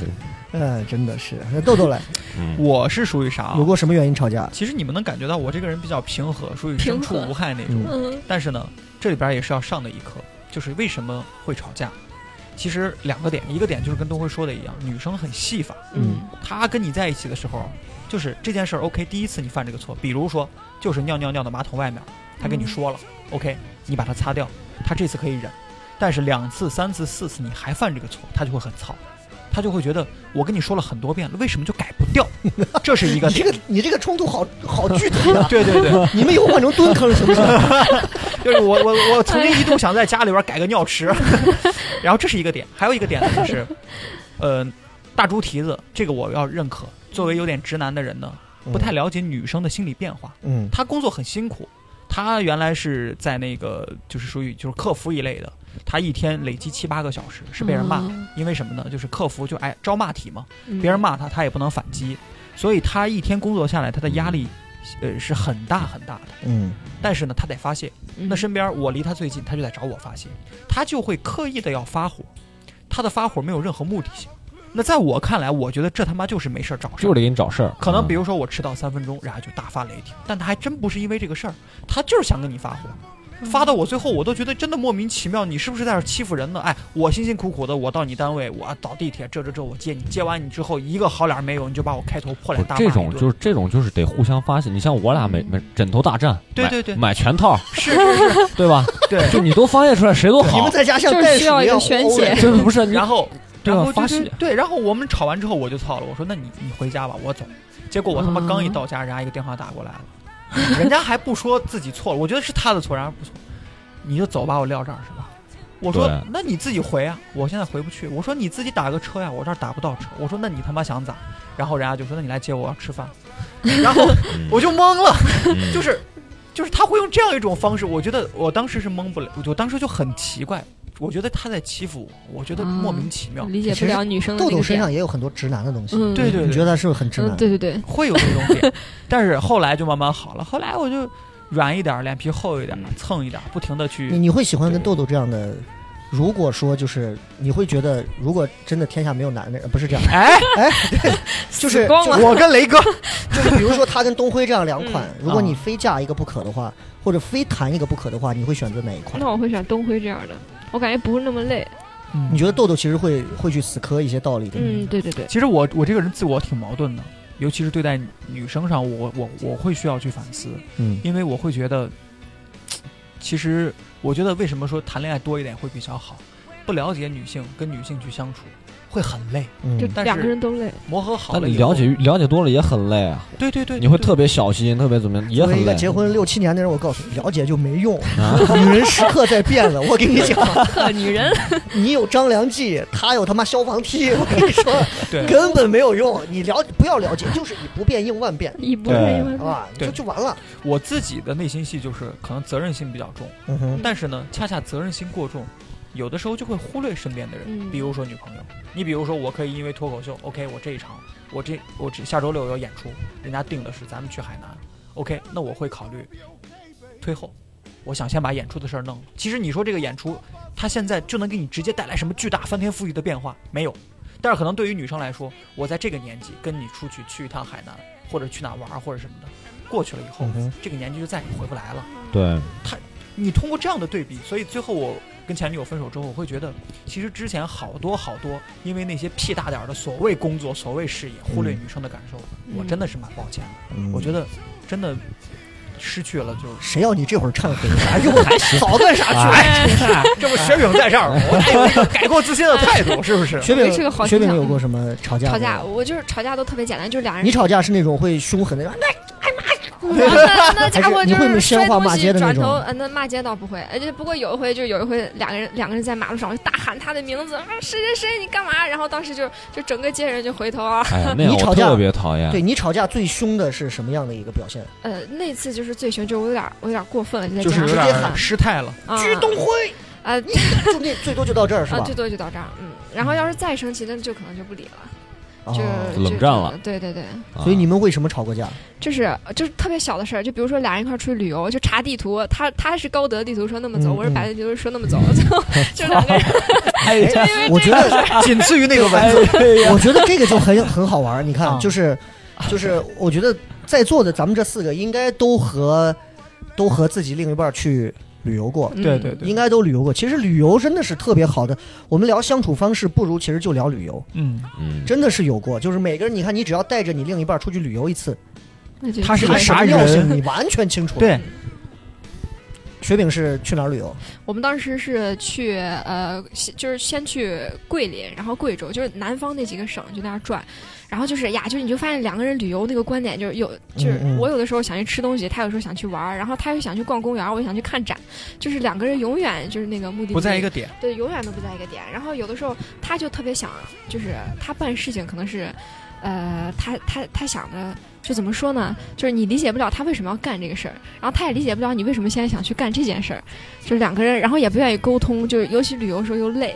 B: 嗯，真的是。那豆豆来，
C: 嗯
D: 我是属于啥啊
B: 有？过什么原因吵架？
D: 其实你们能感觉到我这个人比较平和，属于
E: 平
D: 身处
E: 和
D: 无害那种。
B: 嗯，
E: 嗯
D: 但是呢，这里边也是要上的一课，就是为什么会吵架。其实两个点，一个点就是跟东辉说的一样，女生很戏法，
B: 嗯
D: 她跟你在一起的时候，就是这件事儿 OK，第一次你犯这个错，比如说就是尿尿尿到马桶外面，她跟你说
B: 嗯
D: 了、OK，你把它擦掉，她这次可以忍，但是两次、三次、四次你还犯这个错，她就会很操，她就会觉得我跟你说了很多遍了，为什么就改不
B: <laughs>
D: 掉？这是一个
B: 你这
D: 点
B: 个。你这个冲突好好具体啊！
D: 对对对，
B: 你们以后换成蹲坑行不行？
D: 就是我我我曾经一度想在家里边改个尿池，然后这是一个点，还有一个点呢就是，呃，大猪蹄子这个我要认可，作为有点直男的人呢，不太了解女生的心理变化。
B: 嗯
D: 他工作很辛苦，他原来是在那个就是属于就是客服一类的，他一天累积七八个小时是被人骂的，
E: 嗯
D: 因为什么呢？就是客服就哎招骂体嘛，
E: 嗯
D: 别人骂他他也不能反击，所以他一天工作下来他的压力呃是很大很大的，
B: 嗯
D: 但是呢他得发泄。
E: 嗯
D: 那身边我离他最近，他就在找我发泄，他就会刻意的要发火，他的发火没有任何目的性。那在我看来，我觉得这他妈就是没事儿找事
C: 就
D: 儿
C: 得。给你找事儿，
D: 可能比
C: 嗯
D: 如说我迟到三分钟，然后就大发雷霆，但他还真不是因为这个事儿，他就是想跟你发火，发到我最后我都觉得真的莫名其妙，你是不是在这儿欺负人呢？哎，我辛辛苦苦的，我到你单位，我倒地铁，这这这，我接你，接完你之后一个好脸没有，你就把我开头破
C: 不
D: 脸大骂一顿。
C: 这种就是这种就是得互相发泄。你像我俩每每枕头大战，
D: 对
C: 买
D: 对对
C: 买全套，
D: 是是是，
C: 对吧？
D: 对。
C: <laughs> 就你都发泄出来，谁都
B: 你
C: 好
B: 们。在家像
E: 就是
B: 袋鼠
E: 需要一
B: 样
E: 个宣
B: 偶尔
E: 泄
C: 真的不是你
D: 然后，
C: 对
D: 然
C: 啊
D: 后就
C: 发
D: 是
C: 泄
D: 对，然后我们吵完之后，我就操了，我说那你你回家吧，我走。结果我他妈刚
C: 嗯
D: 一到家，人家一个电话打过来了，人家还不说自己错了，我觉得是他的错，人家不错，你就走吧，我撂这儿是吧？我说
C: 对
D: 那你自己回啊，我现在回不去。我说你自己打个车呀、我这儿打不到车。我说那你他妈想咋？然后人家就说那你来接我，我要吃饭。然后我就懵了，
C: 嗯
D: 就是就是他会用这样一种方式，我觉得我当时是懵不了，我当时就很奇怪，我觉得他在欺负我，我觉得莫
C: 啊
D: 名其妙，
E: 理解不了女生的
B: 豆
E: 那
B: 豆
E: 个
B: 身
E: 点，
B: 上也有很多直男的东西，
E: 嗯
D: 对对
B: 你觉得他是不是很直
E: 嗯，
B: 男？
E: 对对对，
D: 会有这种
C: <laughs>
D: 点，但是后来就慢慢好了，后来我就软一点儿，脸皮厚一点儿，
C: 嗯
D: 蹭一点儿，不停的
B: 你
E: 嗯
D: 去。
B: 你会喜欢跟豆豆这样的？如果说就是你会觉得，如果真的天下没有男的，呃不是这样，
D: 哎，
E: <laughs>
B: 就是
E: 死光了嗯
D: 我
C: <laughs>
D: 跟雷哥，
B: 就是比如说他跟东辉这样两款，如果
C: 嗯
D: 啊
B: 你非嫁一个不可的话，或者非谈一个不可的话，你会选择哪一款
E: 那？我会选东辉这样的，我感觉不是那么累。
C: 嗯
B: 你觉得豆豆其实会会去死磕一些道理的，
E: 嗯，对对对，
D: 其实我我这个人自我挺矛盾的，尤其是对待女生上，我我我会需要去反思，
B: 嗯
D: 因为我会觉得，其实我觉得为什么说谈恋爱多一点会比较好，不了解女性跟女性去相处会很累，
B: 嗯
E: 就，
D: 但是
E: 两个人都累。
D: 磨合好
C: 但
D: 了
C: 你
D: 以后
C: 了解，了解多了也很累啊，
D: 对对对，
C: 你会
D: 对
C: 特别小心，特别怎么样，也
B: 作为
C: 很
B: 一个
C: 累。
B: 结婚六七年的人，我告诉你，了解就没用，
E: <laughs>
C: 啊，
B: 女人时刻在变了。我跟你讲，
E: 呵，女
B: <laughs>
E: 人，
B: 你有张良计，他有他妈消防梯，我跟你说，
D: 对
B: 根本没有用。你了不要了解，就是以不变应万变
E: 一不是因为
B: 啊，
D: 对
B: 就就完了。
D: 我自己的内心戏就是可能责任心比较重。
B: 嗯哼，
D: 但是呢，恰恰责任心过重，有的时候就会忽略身边的人，
E: 嗯
D: 比如说女朋友。你比如说，我可以因为脱口秀，OK，我这一场，我这我这下周六有演出，人家定的是咱们去海南，OK，那我会考虑推后。我想先把演出的事儿弄了。其实你说这个演出，它现在就能给你直接带来什么巨大翻天覆地的变化没有？但是可能对于女生来说，我在这个年纪跟你出去去一趟海南，或者去哪玩儿或者什么的，过去了以后
C: 嗯，哼
D: 这个年纪就再也回不来了。
C: 对，
D: 你通过这样的对比，所以最后我跟前女友分手之后，我会觉得，其实之前好多好多，因为那些屁大点儿的所谓工作、所谓事业，忽略女生的感受，
E: 嗯
D: 我真的是蛮抱歉的。
B: 嗯
D: 我觉得真的失去 <laughs> 了就，
B: 谁要你这会儿忏悔
D: 哎
B: 啥用 <laughs>
D: <laughs>
B: 啊？
D: 早干啥去了？
C: 哎
D: 这不雪饼在这儿吗，我得有一个改过自新的态度，是
B: <laughs>
D: 不是？
B: 雪
E: 我也是个好
B: 饼，雪
E: 学
B: 饼
E: 长
B: 有过什么吵架？
E: 吵架，。我就是吵架都特别简单，就是俩人
B: 你吵架是那种会凶狠的，哎
E: 然
B: <laughs>
E: 后那那家伙
B: 还是你
E: 就
B: 会不
E: 是
B: 会
E: 摔
B: 喧哗
E: 东
B: 骂
E: 西
B: 街的那
E: 转头，
B: 种
E: 呃，那骂街倒不会，而且不过有一回就有一回两个人两个人在马路上我就大喊他的名字，啊谁谁谁你干嘛？然后当时就就整个街人就回头啊，
C: 哎
B: <laughs>
C: 呀，那样
B: 你
C: 我
B: 吵架
C: 特别讨厌。
B: 对你吵架最凶的是什么样的一个表现？
E: 呃，那次就是最凶，就是我有点我有点过分了，就在
D: 就
E: 街
B: 直
D: 是有
E: 上
B: 接
D: 点
B: 喊
D: 儿失 <laughs> 态了。
E: 啊
B: 居东辉，
E: 啊
B: 就那最多就到这儿是
E: 啊，
B: 吧
E: 最？多就到这儿，嗯，然后要是再生气，那就可能就不理了，就
B: 哦，
E: 就
C: 冷战了
E: 对对对，
C: 啊
B: 所以你们为什么吵过架？
E: 就是就是特别小的事儿，就比如说俩人一块儿出去旅游，就查地图，他他是高德地图说那么走，
B: 嗯
E: 我是
B: 嗯
E: 百度地图说那么走， <laughs>
D: <laughs>
E: 就就两个人
C: 哎呀
B: 哎我觉得
D: 仅次于那个
C: 哎
D: 蚊 <laughs> 子，
C: 呀
B: 我觉得这个就很很好玩儿。你看
D: 啊，
B: 就是就是，我觉得在座的咱们这四个应该都和都和自己另一半儿去旅游过。
D: 对
E: 嗯
D: 对对，
B: 应该都旅游过，其实旅游真的是特别好的。我们聊相处方式，不如其实就聊旅游，
D: 嗯，
C: 嗯，
B: 真的是有过。就是每个人，你看，你只要带着你另一半儿出去旅游一次，
E: 那就
D: 他是个
B: 他
D: 啥
B: 什么尿性
D: 人
B: 你完全清楚。，
D: 对，
B: 雪饼是去哪儿旅游？
E: 我们当时是去呃，先就是先去桂林，然后贵州，就是南方那几个省就在那儿转，然后就是呀，就是你就发现两个人旅游那个观点就是有，就是
B: 嗯嗯
E: 我有的时候想去吃东西，他有时候想去玩儿，然后他又想去逛公园，我也想去看展，就是两个人永远就是那个目的地
D: 不在一个点。
E: 对，永远都不在一个点。然后有的时候他就特别想，就是他办事情可能是，呃，他他他想着就怎么说呢？就是你理解不了他为什么要干这个事儿，然后他也理解不了你为什么现在想去干这件事儿，就是两个人，然后也不愿意沟通，就是尤其旅游的时候又累。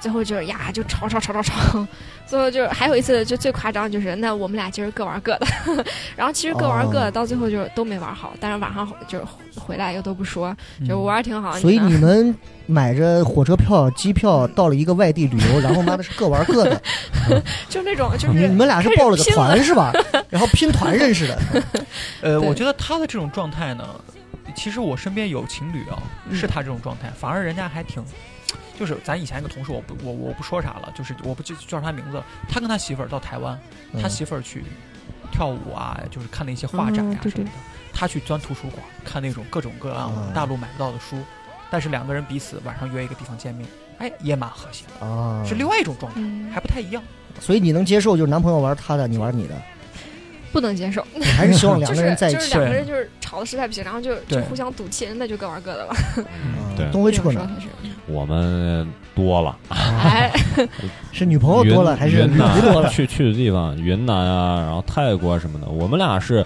E: 最后就是呀，就吵吵吵吵吵，最后就是还有一次就最夸张，就是那我们俩今儿各玩各的， <laughs> 然后其实各玩各的，
B: 哦
E: 到最后就是都没玩好，但是晚上就是回来又都不说，就
D: 嗯
E: 玩儿挺好。
B: 所以
E: 呢
B: 你们买着火车票、机票到了一个外地旅游，然后妈的是各玩各的，
E: 就那种就是
B: 你们俩是报了个团是吧？然后拼团认识的，
D: 呃，
E: 对
D: 我觉得他的这种状态呢，其实我身边有情侣啊，
E: 嗯
D: 是他这种状态，反而人家还挺，就是咱以前一个同事，我不我我不说啥了，就是我不就就叫他名字了，他跟他媳妇儿到台湾，
B: 嗯
D: 他媳妇儿去跳舞啊，就是看那些画展呀、
E: 嗯对
D: 什么的，他去钻图书馆看那种各种各样的
B: 嗯
D: 大陆买不到的书，但是两个人彼此晚上约一个地方见面，哎，也蛮和谐的，
B: 啊，
D: 是另外一种状态，
E: 嗯
D: 还不太一样。
B: 所以你能接受就是男朋友玩他的，你玩你的，
E: 不能接受，
B: 你还是希望两
E: 就
B: 个
E: 是
B: 人在一
E: 就是
B: 起。
E: 两个人就是吵的实在不行，然后就就
D: 对
E: 互相赌气，那就各玩各的了。
B: 啊
C: 对，
B: 东辉去过哪
E: 这
B: 儿？啊
E: 种时候才是？
C: 我们多了，
E: 哎，
B: 是女朋友哦多了
C: 云
B: 还是
C: 云
B: 旅
C: 南啊
B: 游多了？
C: 去去的地方，云南啊，然后泰国啊什么的。我们俩是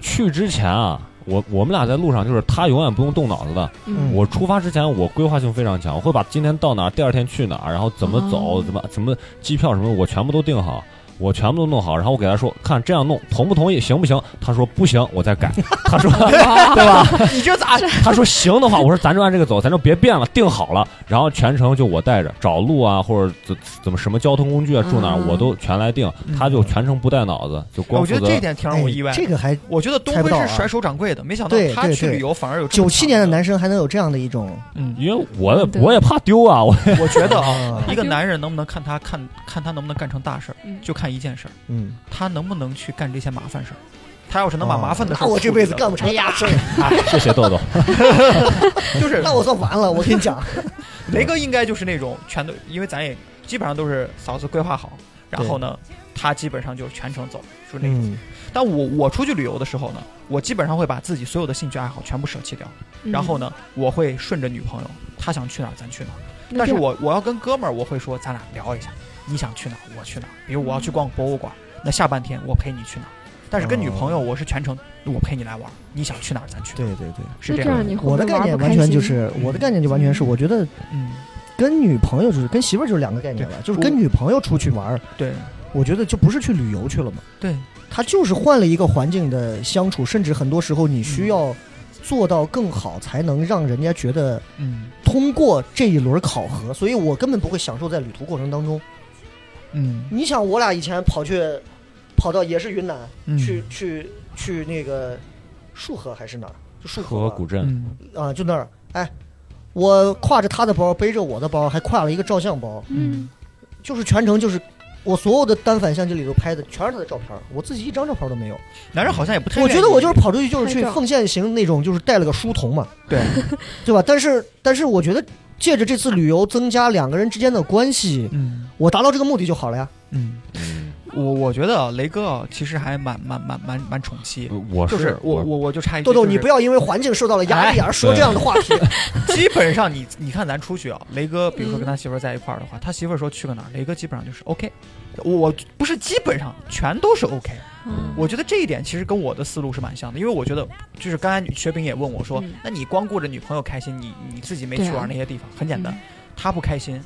C: 去之前啊，我我们俩在路上就是他永远不用动脑子的。
B: 嗯
C: 我出发之前，我规划性非常强，我会把今天到哪儿，第二天去哪儿，然后怎么走，
E: 哦
C: 怎么什么机票什么的，我全部都定好。我全部都弄好，然后我给他说，看这样弄同不同意，行不行？他说不行，我再改。他说对吧？
D: 你这咋？
C: 他说行的话，我说咱就按这个走，咱就别变了，定好了。然后全程就我带着找路啊，或者怎怎么什么交通工具啊，住哪儿
E: 嗯
C: 我都全来定。
D: 嗯
C: 他就全程不带脑子，就光
D: 我
C: 负
D: 觉得这一
C: 责。
D: 点挺让
B: 哎
D: 我意外的。
B: 这个还
D: 我觉得东
B: 猜不
D: 辉
B: 到啊
D: 是甩手掌柜的，没想到
B: 对
D: 他
B: 对
D: 去
B: 对
D: 旅游反而有这么
B: 九七
D: 强
B: 年的
D: 的
B: 男生还能有这样的一种
D: 嗯，
C: 因为我也
E: 对
C: 我也怕丢啊，我
D: <laughs> 我觉得
B: <laughs>
D: 啊，
B: 啊，
D: 一个男人能不能看他看看他能不能干成大事儿，
E: 嗯
D: 就看一件事儿，
B: 嗯，
D: 他能不能去干这些麻烦事儿。他要是能把麻烦的事
B: 那
D: 儿、
B: 啊我这辈子干不成大事儿，
C: 谢谢豆豆。
D: 就是
B: <laughs> 那我算完了。我跟你
D: <laughs>
B: 讲，
D: 雷哥应该就是那种全都，因为咱也基本上都是嫂子规划好，然后呢，他基本上就是全程走，就是那种。
B: 嗯，
D: 但我我出去旅游的时候呢，我基本上会把自己所有的兴趣爱好全部舍弃掉，
B: 嗯
D: 然后呢，我会顺着女朋友，她想去哪儿咱去哪儿。
E: 嗯，
D: 但是
E: 那这样
D: 我我要跟哥们儿，我会说咱俩聊一下，你想去哪儿，我去哪儿。比如我
B: 嗯
D: 要去逛博物馆，那下半天我陪你去哪儿。但是跟女
C: 哦
D: 朋友，我是全程我陪你来玩儿，你想去哪儿咱去哪
B: 对
D: 儿，
B: 对对，
D: 是
E: 那
D: 样
E: 样
D: 的。
E: 你会不
B: 我
E: 会
B: 的概念
E: 玩不开
B: 完全就
E: 心
B: 是我的概念就完全是，我觉得
D: 嗯，
B: 跟女朋友就是跟媳妇儿就是两个概念了，就是跟女朋友出去玩儿，
D: 对
B: 我觉得就不是去旅游去了嘛，
D: 对，
B: 他就是换了一个环境的相处，甚至很多时候你
D: 嗯
B: 需要做到更好，才能让人家觉得
D: 嗯
B: 通过这一轮考核，所以我根本不会享受在旅途过程当中。
D: 嗯
B: 你想，我俩以前跑去跑到也是云南
D: 嗯
B: 去去去那个束河还是哪儿？就束
C: 河
B: 河
C: 古镇，
D: 嗯，
B: 啊，就那儿。哎，我挎着他的包，背着我的包，还挎了一个照相包，
E: 嗯，
B: 就是全程就是我所有的单反相机里头拍的全是他的照片儿，我自己一张照片儿都没有。
D: 男人好像也不太愿
B: 我
D: 意。
B: 觉得我就是跑出去就是去
E: 拍照
B: 奉献型那种，就是带了个书童嘛， <laughs>
D: 对，
B: 对吧？但是但是我觉得借着这次旅游增加两个人之间的关系，
D: 嗯
B: 我达到这个目的就好了呀。
D: 嗯，
C: 嗯，
D: 我我觉得雷哥啊其实还蛮蛮蛮蛮蛮宠妻，
C: 我
D: 就是我
C: 我
D: 我我就插一句，
B: 豆豆，
D: 就是哎
B: 你不要因为环境受到了压力而说这样的话题。
E: <laughs>
D: 基本上你你看咱出去啊，雷哥比如说跟他媳妇儿在一块儿的话，他媳妇儿说去个哪儿，雷哥基本上就是 OK。我我不是基本上全都是 OK，
E: 嗯
D: 我觉得这一点其实跟我的思路是蛮像的，因为我觉得就是刚才薛冰也问我说，
E: 嗯
D: 那你光顾着女朋友开心，你你自己没
E: 对
D: 去
E: 啊
D: 玩那些地方，很简单
E: 嗯，
D: 她不开心，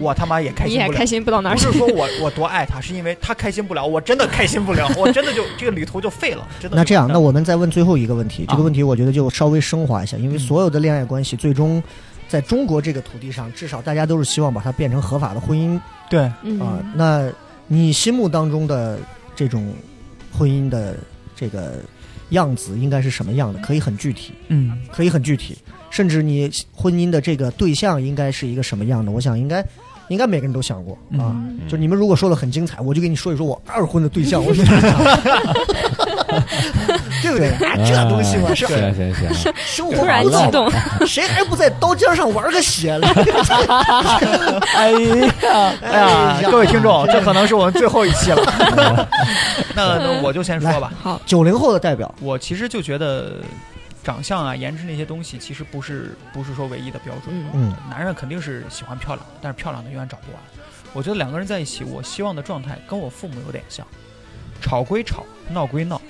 D: 我他妈也开
E: <laughs> 你
D: 心
E: 也
D: 不了
E: 开。心不到哪儿
D: 不
E: 去
D: 是。说我我多爱她，是因为她开心不了，我真的开心不了，我真的就这个旅途就废了，真的就完蛋了。
B: <laughs> 那这样，那我们再问最后一个问题，
D: 啊
B: 这个问题我觉得就稍微升华一下，因为
D: 嗯
B: 所有的恋爱关系最终。在中国这个土地上，至少大家都是希望把它变成合法的婚姻
D: 对
E: 嗯
B: 啊、那你心目当中的这种婚姻的这个样子应该是什么样的？可以很具体，
D: 嗯，
B: 可以很具体，甚至你婚姻的这个对象应该是一个什么样的？我想应该，应该每个人都想过啊。
D: 嗯
B: 就你们如果说的很精彩，我就给你说一说我二婚的对
D: <laughs>
B: 象，我 <laughs> 是啥，对不对？啊，这东西嘛，是吧
C: 行行行，
B: 生活
E: 突然
B: 枯
E: 激
B: 燥
E: 动，
B: 嘛，谁还不在刀尖上玩个血
D: <laughs>
B: 了？
D: 哎呀，哎
B: 哎呀
D: 呀，各位听
B: <laughs>
D: 众，这可能是我们最后一期了。那
B: 嗯
D: 那我就先说吧，
E: 好，
B: 九零后的代表，
D: 我其实就觉得长相啊、颜值那些东西，其实不是不是说唯一的标准。
E: 嗯
B: 嗯
D: 男人肯定是喜欢漂亮的，但是漂亮的永远找不完。我觉得两个人在一起，我希望的状态跟我父母有点像，吵归吵，闹归闹，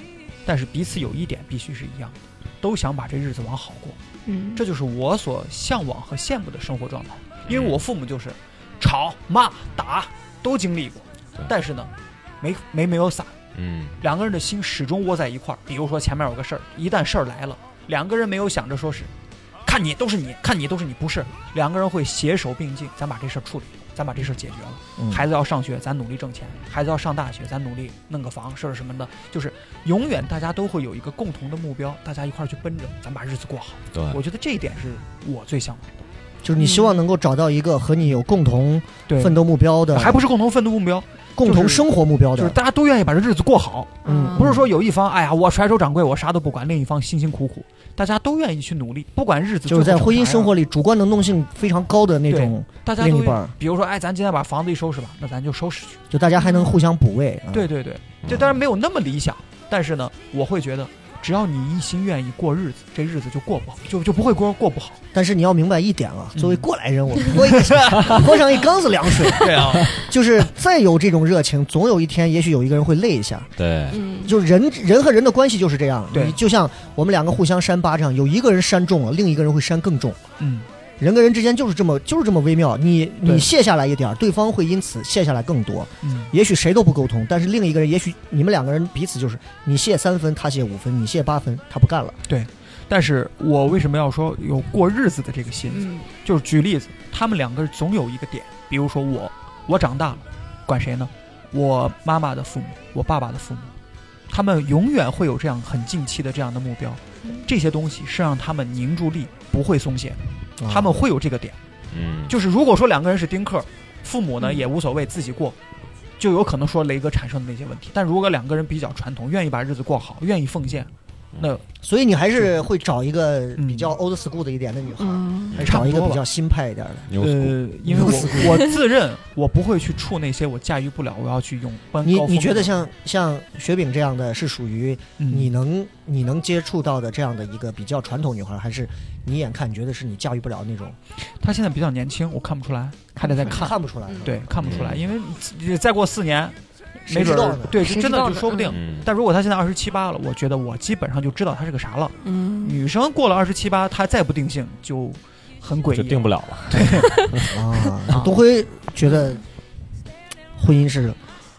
D: 但是彼此有一点必须是一样的，都想把这日子往好过。
E: 嗯，
D: 这就是我所向往和羡慕的生活状态。因为我父母就是吵、骂、打都经历过
C: 对，
D: 但是呢，没没没有散，
C: 嗯
D: 两个人的心始终窝在一块儿。比如说前面有个事儿，一旦事儿来了，两个人没有想着说是看你都是你，看你都是你，不是，两个人会携手并进，咱把这事儿处理了，咱把这事儿解决了。
B: 嗯，
D: 孩子要上学，咱努力挣钱；孩子要上大学，咱努力弄个房，是不是什么的？就是永远大家都会有一个共同的目标，大家一块儿去奔着，咱把日子过好。
C: 对，
B: 嗯
D: 我觉得这一点是我最向往的。
B: 就是你希望能够找到一个和你有共同
D: 对
B: 奋斗目标的，
D: 还不是共同奋斗目标，
B: 共同生活目标
D: 就
B: 的
D: 是，大家都愿意把这日子过好，
B: 嗯
D: 不是说有一方哎呀我甩手掌柜我啥都不管，另一方辛辛苦苦，大家都愿意去努力，不管日子
B: 嗯就是在
D: 最后
B: 婚姻
D: 成啥样
B: 生活里主观能动性非常高的那种
D: 大家
B: 另
D: 都
B: 一半
D: 愿意。
B: 儿，嗯
D: 比如说哎，咱今天把房子一收拾吧，那咱就收拾去。
B: 就大家还能互相补位。啊
D: 对，对对，这当然没有那么理想，但是呢，我会觉得只要你一心愿意过日子，这日子就过不好，就就不会过过不好。
B: 但是你要明白一点啊，
D: 嗯
B: 作为过来人，我 <laughs> 泼一个
D: <laughs>
B: 泼上一缸子凉水，
D: 对啊，
B: 就是再有这种热情，总有一天，也许有一个人会累一下。
C: 对，
E: 嗯，
B: 就是人人和人的关系就是这样，
D: 对
B: 你就像我们两个互相扇巴掌，有一个人扇中了，另一个人会扇更重。
D: 嗯，
B: 人跟人之间就是这么就是这么微妙，你你
D: 对
B: 卸下来一点儿，对方会因此卸下来更多。
D: 嗯
B: 也许谁都不沟通，但是另一个人，也许你们两个人彼此就是你卸三分，他卸五分，你卸八分，他不干了。
D: 但是我为什么要说有过日子的这个心？
E: 嗯，
D: 就是举例子，他们两个总有一个点，比如说我，我长大了，管谁呢？我妈妈的父母，我爸爸的父母，他们永远会有这样很近期的这样的目标，这些东西是让他们凝住力，不会松懈，
B: 啊
D: 他们会有这个点。
C: 嗯，
D: 就是如果说两个人是丁克，父母呢
E: 嗯
D: 也无所谓，自己过。就有可能说雷哥产生的那些问题，但如果两个人比较传统，愿意把日子过好，愿意奉献，那
B: 所以你还是会找一个
D: 嗯
B: 比较 old school 的一点的女孩，
E: 嗯，
B: 还是找一
D: 差不
B: 个
D: 多
B: 比
D: 吧
B: 较新派一点的。
C: 牛
D: 呃，因为
B: 有
D: 我我自认我不会去触那些我驾驭不了，我要去勇攀
B: 你
D: 高峰
B: 你觉
D: 的
B: 得像像雪饼这样的是属于
D: 嗯
B: 你能、你能接触到的这样的一个比较传统女孩，还是你一眼看觉得是你驾驭不了那种？
D: 他现在比较年轻，我看不出来，还得再看。
B: 看不出来。，
D: 对，看不出来，
C: 嗯
D: 因为你再过四年，
B: 谁
D: 没
B: 知
D: 准
B: 道
D: 儿
B: 呢？
D: 对，
E: 谁
D: 就真
E: 知
D: 的
E: 道
D: 就
E: 呢
D: 说不定。
C: 嗯，
D: 但如果他现在二十七八了，我觉得我基本上就知道他是个啥了。
E: 嗯，
D: 女生过了二十七八，她再不定性就很诡
C: 就
D: 异
C: 定不
D: 了。
C: 了了，
B: 啊，东辉觉得婚姻是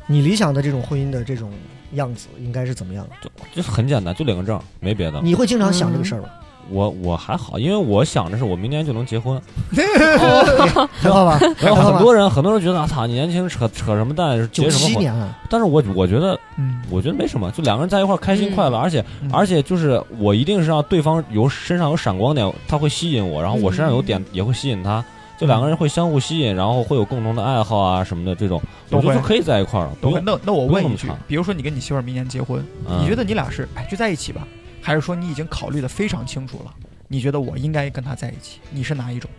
B: 你理想的这种婚姻的这种样子应该是怎么样的？
C: 就是很简单，就领个证，没别的。
D: 嗯
B: 你会经常想这个事儿吗？
C: 我我还好，因为我想着是我明年就能结婚。
B: 很好吧？
C: 然
B: 很
C: 后
B: 好
C: 很
B: 吧？
C: 多人很多人觉得啊，操，你年轻扯扯什么蛋，
B: 九
C: 结什
B: 七
C: 么婚？
B: 年啊，
C: 但是我我觉得
D: 嗯，
C: 我觉得没什么，就两个人在一块儿开心
E: 嗯
C: 快乐，而且
D: 嗯
C: 而且就是我一定是让对方有身上有闪光点，他会吸引我，然后我身上有点也会吸引他，就两个人会相互吸引，然后会有共同的爱好啊什么的这种，
D: 都
C: 我觉得
D: 会
C: 就可以在一块儿了，
D: 都
C: 不
D: 会。
C: 用
D: 那那我
C: 不用
D: 问
C: 那
D: 一
C: 么
D: 句
C: 长，
D: 比如说你跟你媳妇儿明年结婚，
C: 嗯
D: 你觉得你俩是哎就在一起吧，还是说你已经考虑的非常清楚了？你觉得我应该跟他在一起？你是哪一种？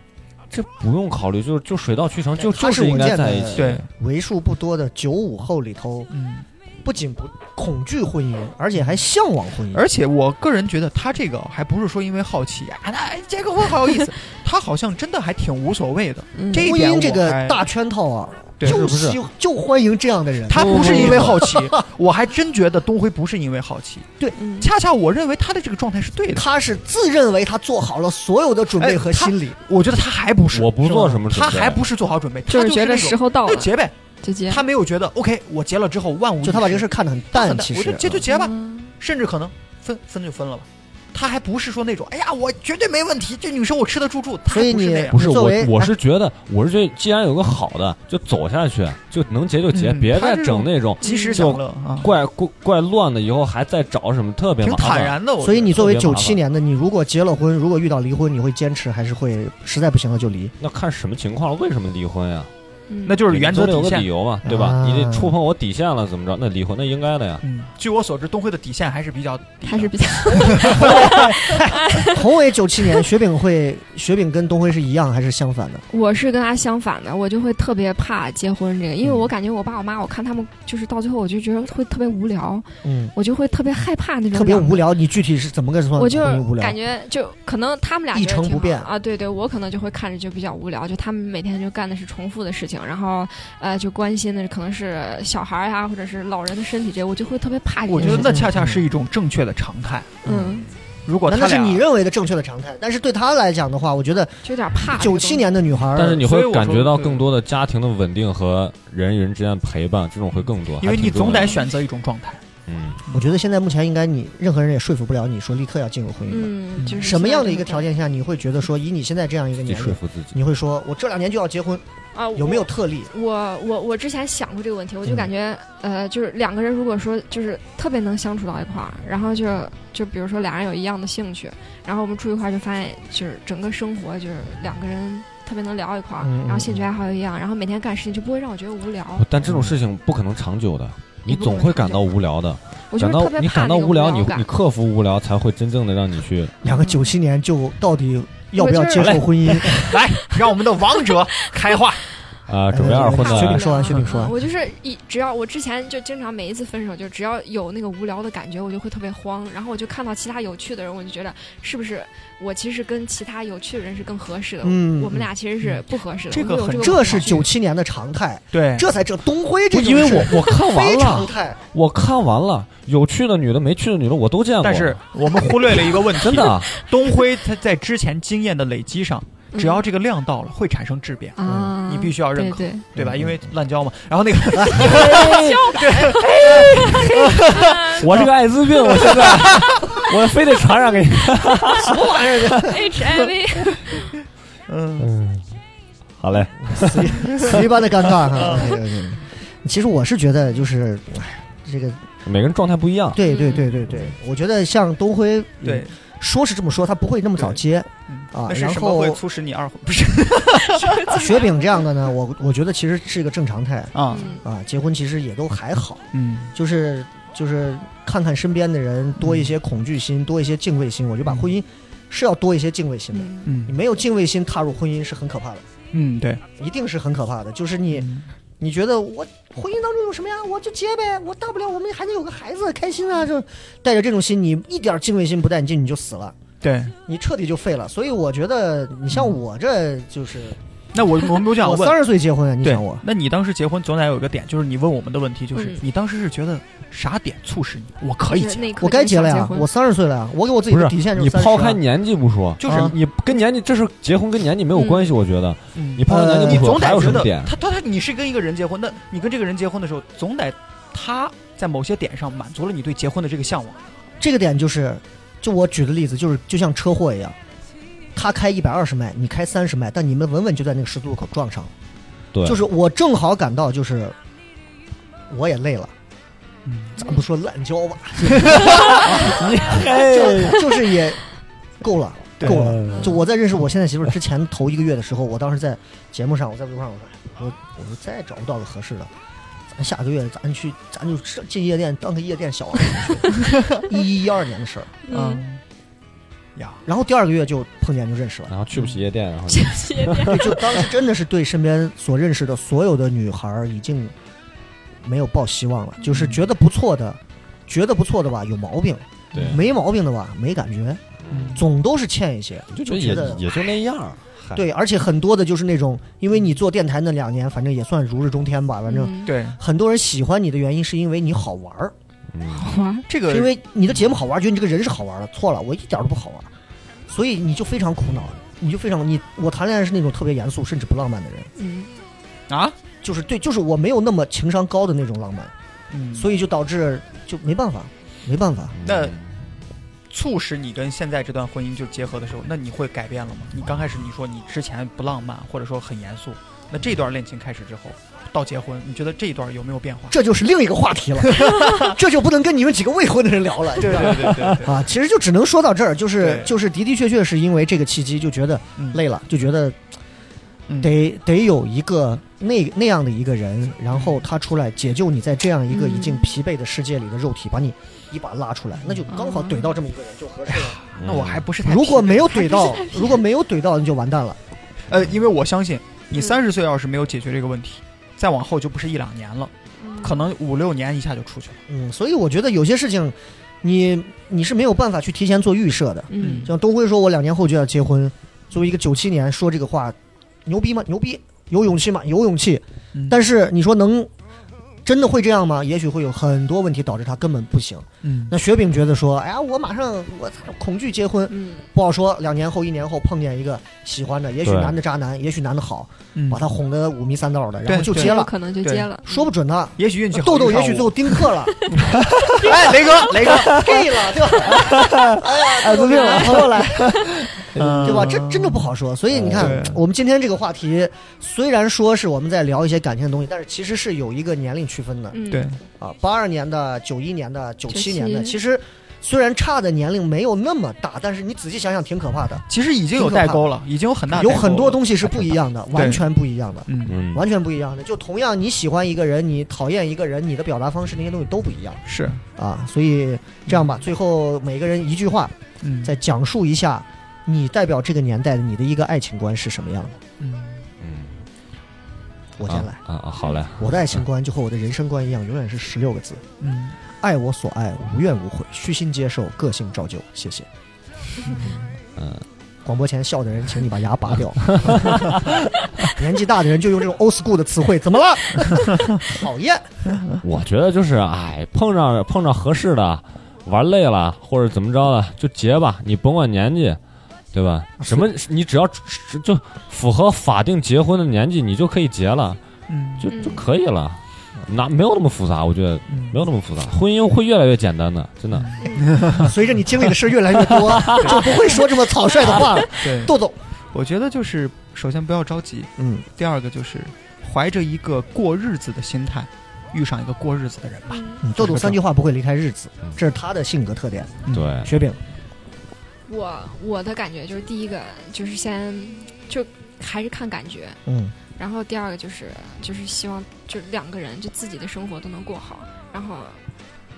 C: 这不用考虑，就就水到渠成，就
B: 他
C: 就是应
B: 我
C: 该
B: 见的
C: 在一起。
D: 对，
B: 为数不多的九五后里头，
D: 嗯，
B: 不仅不恐惧婚姻，而且还向往婚姻。
D: 而且我个人觉得他这个还不是说因为好奇啊，那哎结个婚好有意思，他好像真的还挺无所谓的。
E: 嗯
D: 这一
B: 婚
D: 点
B: 姻
D: 我
B: 这个
D: 还
B: 大圈套啊，
D: 对
B: 就是
C: 不是
B: 喜就欢迎这样的人。
D: 他不是因为好奇
B: 不不，
D: 我还真觉得东辉不是因为好奇，
E: 嗯
D: 恰恰我认为他的这个状态是对的。
B: 他是自认为他做好了所有的准备和心理，
D: 我觉得他还不是，
C: 我不做什么准备
D: 他还不是做好准备，他
E: 就是是觉得时
D: 候
E: 候到
D: 就
E: 了
D: 结呗，
E: 就结，
D: 他没有觉得 OK，我结了之后万无一
B: 就他把这个事儿看得很淡
D: 很。的
B: 其
D: 我
B: 实
D: 就结就结吧，
E: 嗯
D: 甚至可能分分就分了吧。他还不是说那种，哎呀，我绝对没问题，这女生我吃得住住，他
B: 所以
D: 不是
B: 你
D: 那样
C: 不。是
B: 作
C: 我
B: 为，
C: 我
D: 啊
C: 是觉得，我是觉得，既然有个好的，就走下去，就能结就结，
D: 嗯
C: 别
D: 他
C: 再
D: 这
C: 整
D: 种
C: 那种
D: 及时
C: 就
D: 享乐啊，
C: 怪怪怪乱的，以后还再找什么特别
D: 挺
C: 麻
D: 坦
C: 烦。
D: 然的。我
B: 所以你作为
C: 特别
B: 九
C: 麻烦
B: 七年的，你如果结了婚，如果遇到离婚，你会坚持还是会实在不行了就离？
C: 那看什么情况，为什么离婚呀？
E: 嗯
D: 那就是原则
C: 你总
D: 底
C: 得有个
D: 线。
C: 理由嘛，对吧？
B: 啊
C: 你得触碰我底线了，怎么着？那离婚那应该的呀。
D: 嗯，据我所知，东辉的底线还是比较低的
E: 还是比较
B: 宏伟九七年，雪饼会雪饼跟东辉是一样还是相反的？
E: 我是跟他相反的，我就会特别怕结婚这个，因为
B: 嗯
E: 我感觉我爸我妈，我看他们就是到最后，我就觉得会特别无聊，
B: 嗯，
E: 我就会特别害怕那种
B: 特别
E: 两个
B: 无，聊。你具体是怎么个算？
E: 我就
B: 婚姻无聊
E: 感觉就可能他们俩
B: 一
E: 觉得
B: 成
E: 挺
B: 不
E: 好
B: 变
E: 啊，对对，我可能就会看着就比较无聊，就他们每天就干的是重复的事情，然后呃就关心的可能是小孩呀、或者是老人的身体这，我就会特别怕这
D: 我
E: 件
D: 觉
E: 事
D: 得
E: 情。
D: 那恰恰是一种正确的常态。
E: 嗯，
D: 如果
B: 那
D: 他
B: 那是
D: 俩
B: 你认为的正确的常态，但是对他来讲的话，我觉得
E: 就有点怕这个
B: 九
E: 东西。
B: 七年的女孩儿，
C: 但是你
D: 所以
C: 会
D: 我
C: 感觉
D: 说
C: 到
D: 对
C: 更多的家庭的稳定和人与人之间的陪伴，这种会更多。
D: 因为
C: 还
D: 你
C: 挺重
D: 总
C: 要的
D: 得选择一种状态。
C: 嗯，
B: 我觉得现在目前应该你任何人也说服不了你说立刻要进入婚姻吧。
E: 嗯，就是
B: 什么样的一个条
E: 件
B: 件下你会觉得说以你现在这样一个
C: 自己
B: 年
C: 说
B: 龄，
C: 服自己。
B: 你会说我这两年就要结婚，
E: 啊？
B: 有没有
E: 我
B: 特例？
E: 我我我之前想过这个问题，我
B: 嗯
E: 就感觉、呃，就是两个人如果说就是特别能相处到一块儿，然后就就比如说俩人有一样的兴趣，然后我们住一块儿就发现就是整个生活就是两个人特别能聊一块儿，
B: 嗯嗯
E: 然后兴趣爱好一样，然后每天干事情就不会让我觉得无聊。
C: 哦但这种事情不可能长久的，你
E: 也不可
C: 总
E: 能
C: 会感到无聊的。
E: 我就
C: 感
E: 是
C: 到
E: 特别
C: 你
E: 怕
C: 感
E: 那
C: 到
E: 个
C: 无聊，你
E: 感
C: 你。克服无聊，才会真正的让你去
B: 两个九七年就到底要不要
E: 我就
B: 接
E: 是
B: 受婚姻？
D: 来，让我们的王
B: <laughs>
D: 者开话。
C: 啊，
B: 哎
C: 准备二婚
B: 薛炳
C: 的。
B: 说完，薛炳说
E: 嗯
B: 完，
E: 我就是一只要我之前就经常每一次分手，就只要有那个无聊的感觉，我就会特别慌。然后我就看到其他有趣的人，我就觉得是不是我其实跟其他有趣的人是更合适的？
B: 嗯
E: 我们俩其实是不合适的。
D: 这个
E: 我会
D: 很
E: 有这
B: 这
E: 恐
B: 是
E: 惧
B: 九七年的常态，
D: 对，
B: 这才正东辉这
C: 不
B: 种
C: 因为
B: 事
C: 我我看完
B: 非常
C: 了，
B: 态，
C: 我看完了，有趣的女的，没趣的女的，我都见过。
D: 但是我们忽略了一个 <laughs> 问题，
C: 真的
E: <laughs>
C: 啊，
D: 东辉他在之前经验的累积上，只要这个量到了，会产生质变，
E: 嗯啊，
D: 你必须要认可，
E: 对对，
D: 对吧？
B: 嗯
D: 因为滥交嘛。然后那个， <laughs>
C: <laughs> 我这个艾滋病，我现在我非得传染给你。
B: 什么玩意儿？ <laughs> 啊
E: HIV
D: 嗯，
C: 嗯，好嘞，
B: 死一般的尴尬哈。
E: 嗯
B: 对对对其实我是觉得就是，哎这个
C: 每个人状态不一样。
B: 对
E: 嗯
B: 对对对对，我觉得像东辉，嗯
D: 对，，
B: 说是这么说，他不会那么早接。
D: 嗯
B: 啊
D: 那是
B: 然
D: 什么会
B: 后
D: 促使你二婚？不是 <laughs>
B: 雪饼这样的呢，我我觉得其实是一个正常态
D: 啊，
E: 嗯
B: 啊，结婚其实也都还好，
D: 嗯，
B: 就是就是看看身边的人，多一些恐惧心，多一些敬畏心。我觉得把
D: 嗯
B: 婚姻是要多一些敬畏心的，
E: 嗯
B: 你
D: 嗯
B: 没有敬畏心踏入婚姻是很可怕的，
D: 嗯，对，
B: 一定是很可怕的。就是你
D: 嗯
B: 你觉得我婚姻当中有什么呀？我就结呗，我大不了我们还能有个孩子，开心啊！就带着这种心，你一点敬畏心不带进，你就死了。
D: 对。
B: 你彻底就废了，所以我觉得你像我这就是
D: 嗯那我我们就想
B: 我
D: 问，
B: 三十岁结婚，你
D: 对
B: 想我，
D: 那你当时结婚总得有一个点，就是你问我们的问题，就是
E: 嗯
D: 你当时是觉得啥点促使你我可以
E: 就是
D: 结？
E: 那一刻
B: 哎我该
E: 就
B: 结
E: 想
B: 了
E: 结
B: 呀，
E: 婚
B: 我三十岁了呀，我给我自己
C: 不
B: 的
C: 是
B: 底线就是
C: 你
B: 30
C: 抛开
B: 啊
C: 年纪不说，
D: 就是
B: 啊
C: 你跟年纪这是结婚跟年纪没有
E: 嗯
C: 关系，我觉得
D: 嗯
C: 你抛开年
B: 呃
C: 纪
D: 你
C: 不说，
D: 总得
C: 还有
D: 觉
C: 什么
D: 得
C: 点？
D: 他他他，你是跟一个人结婚，那你跟这个人结婚的时候，总得他在某些点上满足了你对结婚的这个向往。
B: 这个点就是就我举的例子，就是就像车祸一样，他开一百二十迈，你开三十迈，但你们稳稳就在那个十字路口撞上了。
C: 对，
B: 就是我正好赶到，就是我也累了，
D: 嗯，
B: 咱不说滥交吧，
D: 哎
C: 嘿
B: 就就是也够了，
D: 对
B: 够了。就我在认识我现在媳妇儿之前头一个月的时候，我当时在节目上，我在微博上我说，哎我我说再也找不到个合适的，咱下个月咱去，咱就上进夜店当个夜店小王去。一一一二年的事儿，
E: 嗯，
D: 呀，
B: 然后第二个月就碰见就认
C: <laughs>
B: 识了，
C: 然后去不起夜店，然后
E: 这些 <laughs> 点
B: 对，就当时真的是对身边所认识的所有的女孩儿已经没有抱希望了，就是觉得不错的，觉得不错的吧有毛病，
C: 对，
B: 没毛病的吧没感觉，
D: 嗯
B: 总都是欠一些，
C: 就
B: 就
C: 也
B: 觉得
C: 也就那样儿，嗨，
B: 对，而且很多的就是那种，因为你做电台那两年，反正也算如日中天吧，反正。
E: 嗯
D: 对，
B: 很多人喜欢你的原因是因为你好玩儿，
C: 嗯
B: <laughs>
E: 好玩儿
D: 这
B: 是因
D: 个
B: 为你的节目好玩儿，觉得你这个人是好玩儿的。错了，我一点儿都不好玩儿，所以你就非常苦恼，你就非常你我谈恋爱是那种特别严肃甚至不浪漫的人， <laughs>
E: 嗯，
D: 啊，
B: 就是对，就是我没有那么情商高的那种浪漫，
D: 嗯，
B: 所以就导致就没办法，没办法。
D: 那促使你跟现在这段婚姻就结合的时候，那你会改变了吗？你刚开始你说你之前不浪漫，或者说很严肃，那这段恋情开始之后到结婚，你觉得这一段有没有变化？
B: 这就是另一个话题了， <laughs> 这就不能跟你们几个未婚的人聊了。
D: 对对对对对，
B: 啊，其实就只能说到这儿，就是
D: 对
B: 就是的的确确是因为这个契机，就觉得
D: 嗯
B: 累了，就觉得
D: 嗯
B: 得得有一个那那样的一个人，然后他出来解救你在这样一个已经
E: 嗯
B: 疲惫的世界里的肉体，把你一把拉出来，那就刚好怼到这么一个人就合适了。
D: 那我还不是太
B: 如果
D: 匹
B: 没有怼到，如果没有怼到，你就完蛋了。
D: 配呃，因为我相信你
E: 嗯
D: 三十岁要是没有解决这个问题，再往后就不是一两年了，
E: 嗯
D: 可能五六年一下就出去了。
B: 嗯，所以我觉得有些事情，你你是没有办法去提前做预设的。
E: 嗯
B: 像东辉说，我两年后就要结婚，作为一个九七年说这个话，牛逼吗？牛逼，有勇气吗？有勇气。
D: 嗯
B: 但是你说能真的会这样吗？也许会有很多问题导致他根本不行。
D: 嗯
B: 那雪饼觉得说，哎呀，我马上我操，恐惧结婚，
E: 嗯
B: 不好说。两年后、一年后碰见一个喜欢的，也许
C: 对
B: 男的渣男，也许男的好，
D: 嗯
B: 把他哄得五迷三道的，然后
D: 对
B: 就
D: 对
B: 接
E: 有
B: 了，
E: 可能就
D: 对
E: 接了，
B: 说不准呢。
D: 也许运气好，
B: 豆豆
D: 遇上
B: 也许
D: 我
B: 最后丁克
D: <laughs>
B: 了，
D: 哎，雷哥， <laughs> 雷哥，
B: 配了，对吧？
D: <laughs>
B: 哎呀，
C: 不
B: 豆豆
C: 对了
B: 后来。
D: 啊嗯
B: 对吧？这真的不好说。所以你看
D: 对，
B: 我们今天这个话题，虽然说是我们在聊一些感情的东西，但是其实是有一个年龄区分的
E: 嗯
D: 对，
B: 啊，八二年的、九一年的、九七年的，
E: 97
B: 其实虽然差的年龄没有那么大，但是你仔细想想挺可怕的，
D: 其实已经有代沟了，已经有很大
B: 有很多
D: 东，
B: 东西是不一样的，完全不一样的。
D: 嗯，
C: 嗯
B: 完全不一样的，就同样你喜欢一个人，你讨厌一个人，你的表达方式那些东西都不一样
D: 是，
B: 啊。所以这样吧，最后每个人一句话，
D: 嗯，
B: 再讲述一下你代表这个年代的你的一个爱情观是什么样的。
D: 嗯，
C: 嗯
B: 我先来。
C: 啊啊，好嘞，
B: 我的爱情观就和我的人生观一样，永远是十六个字：
D: 嗯，
B: 爱我所爱，无怨无悔，虚心接受，个性照旧。谢谢。
C: 嗯，
B: 广播前笑的人，请你把牙拔掉。年纪大的人就用这种 old school 的词汇，怎么了？讨厌。嗯
C: 我觉得就是哎，碰上碰上合适的，玩累了或者怎么着了，就结吧，你甭管年纪，对吧？
B: 啊
C: 什么你只要就符合法定结婚的年纪，你就可以结了，
D: 嗯，
C: 就
E: 嗯
C: 就可以了。那没有那么复杂，我觉得
D: 嗯
C: 没有那么复杂，婚姻会越来越简单的，真的。
B: 随着你经历的事越来越多，就不会说这么草率的话了。
D: 对，
B: 豆豆，
D: 我觉得就是首先不要着急，
B: 嗯，
D: 第二个就是怀着一个过日子的心态，遇上一个过日子的人
E: 嗯
D: 吧。
B: 豆豆三句话不会离开日子
C: 嗯，
B: 这是他的性格特点。
D: 嗯
C: 对，
B: 雪饼，
E: 我我的感觉就是第一个就是先就还是看感觉，
B: 嗯，
E: 然后第二个就是就是希望就两个人就自己的生活都能过好，然后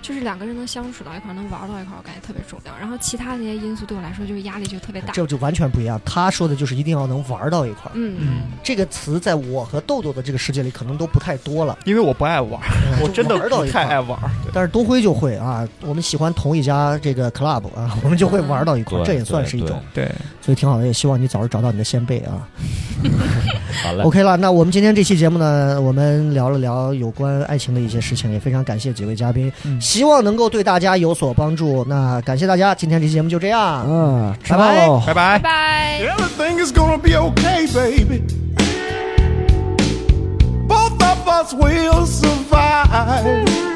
E: 就是两个人能相处到一块儿，能玩到一块儿，我感觉特别重要。然后其他的那些因素对我来说就是压力就特别大。
B: 这就完全不一样。他说的就是一定要能玩到一块儿。
E: 嗯，
D: 嗯，
B: 这个词在我和豆豆的这个世界里可能都不太多了。
D: 因为我不爱玩，我真的
B: 玩到
D: 不
B: 一
D: 太
B: 块儿。
D: 爱玩。对，
B: 但是东辉就会啊，我们喜欢同一家这个 club 啊， <laughs> 我们就会玩到一块儿，这
C: 对
B: 也算是一
C: 对
B: 种，
D: 对，
B: 所以挺好的。也希望你早日找到你的先辈啊。
C: 对
B: <laughs>
C: 好嘞，
B: OK 了，那我们今天这期节目呢，我们聊了聊有关爱情的一些事情，也非常感谢几位嘉宾，
D: 嗯
B: 希望能够对大家有所帮助。那感谢大家，今天这期节目就这样。
C: 嗯，吃
B: 拜
C: 饭
B: 拜
C: 喽。
D: 拜拜
E: 拜。拜。
A: Everything is gonna be okay, baby. Both of us will survive.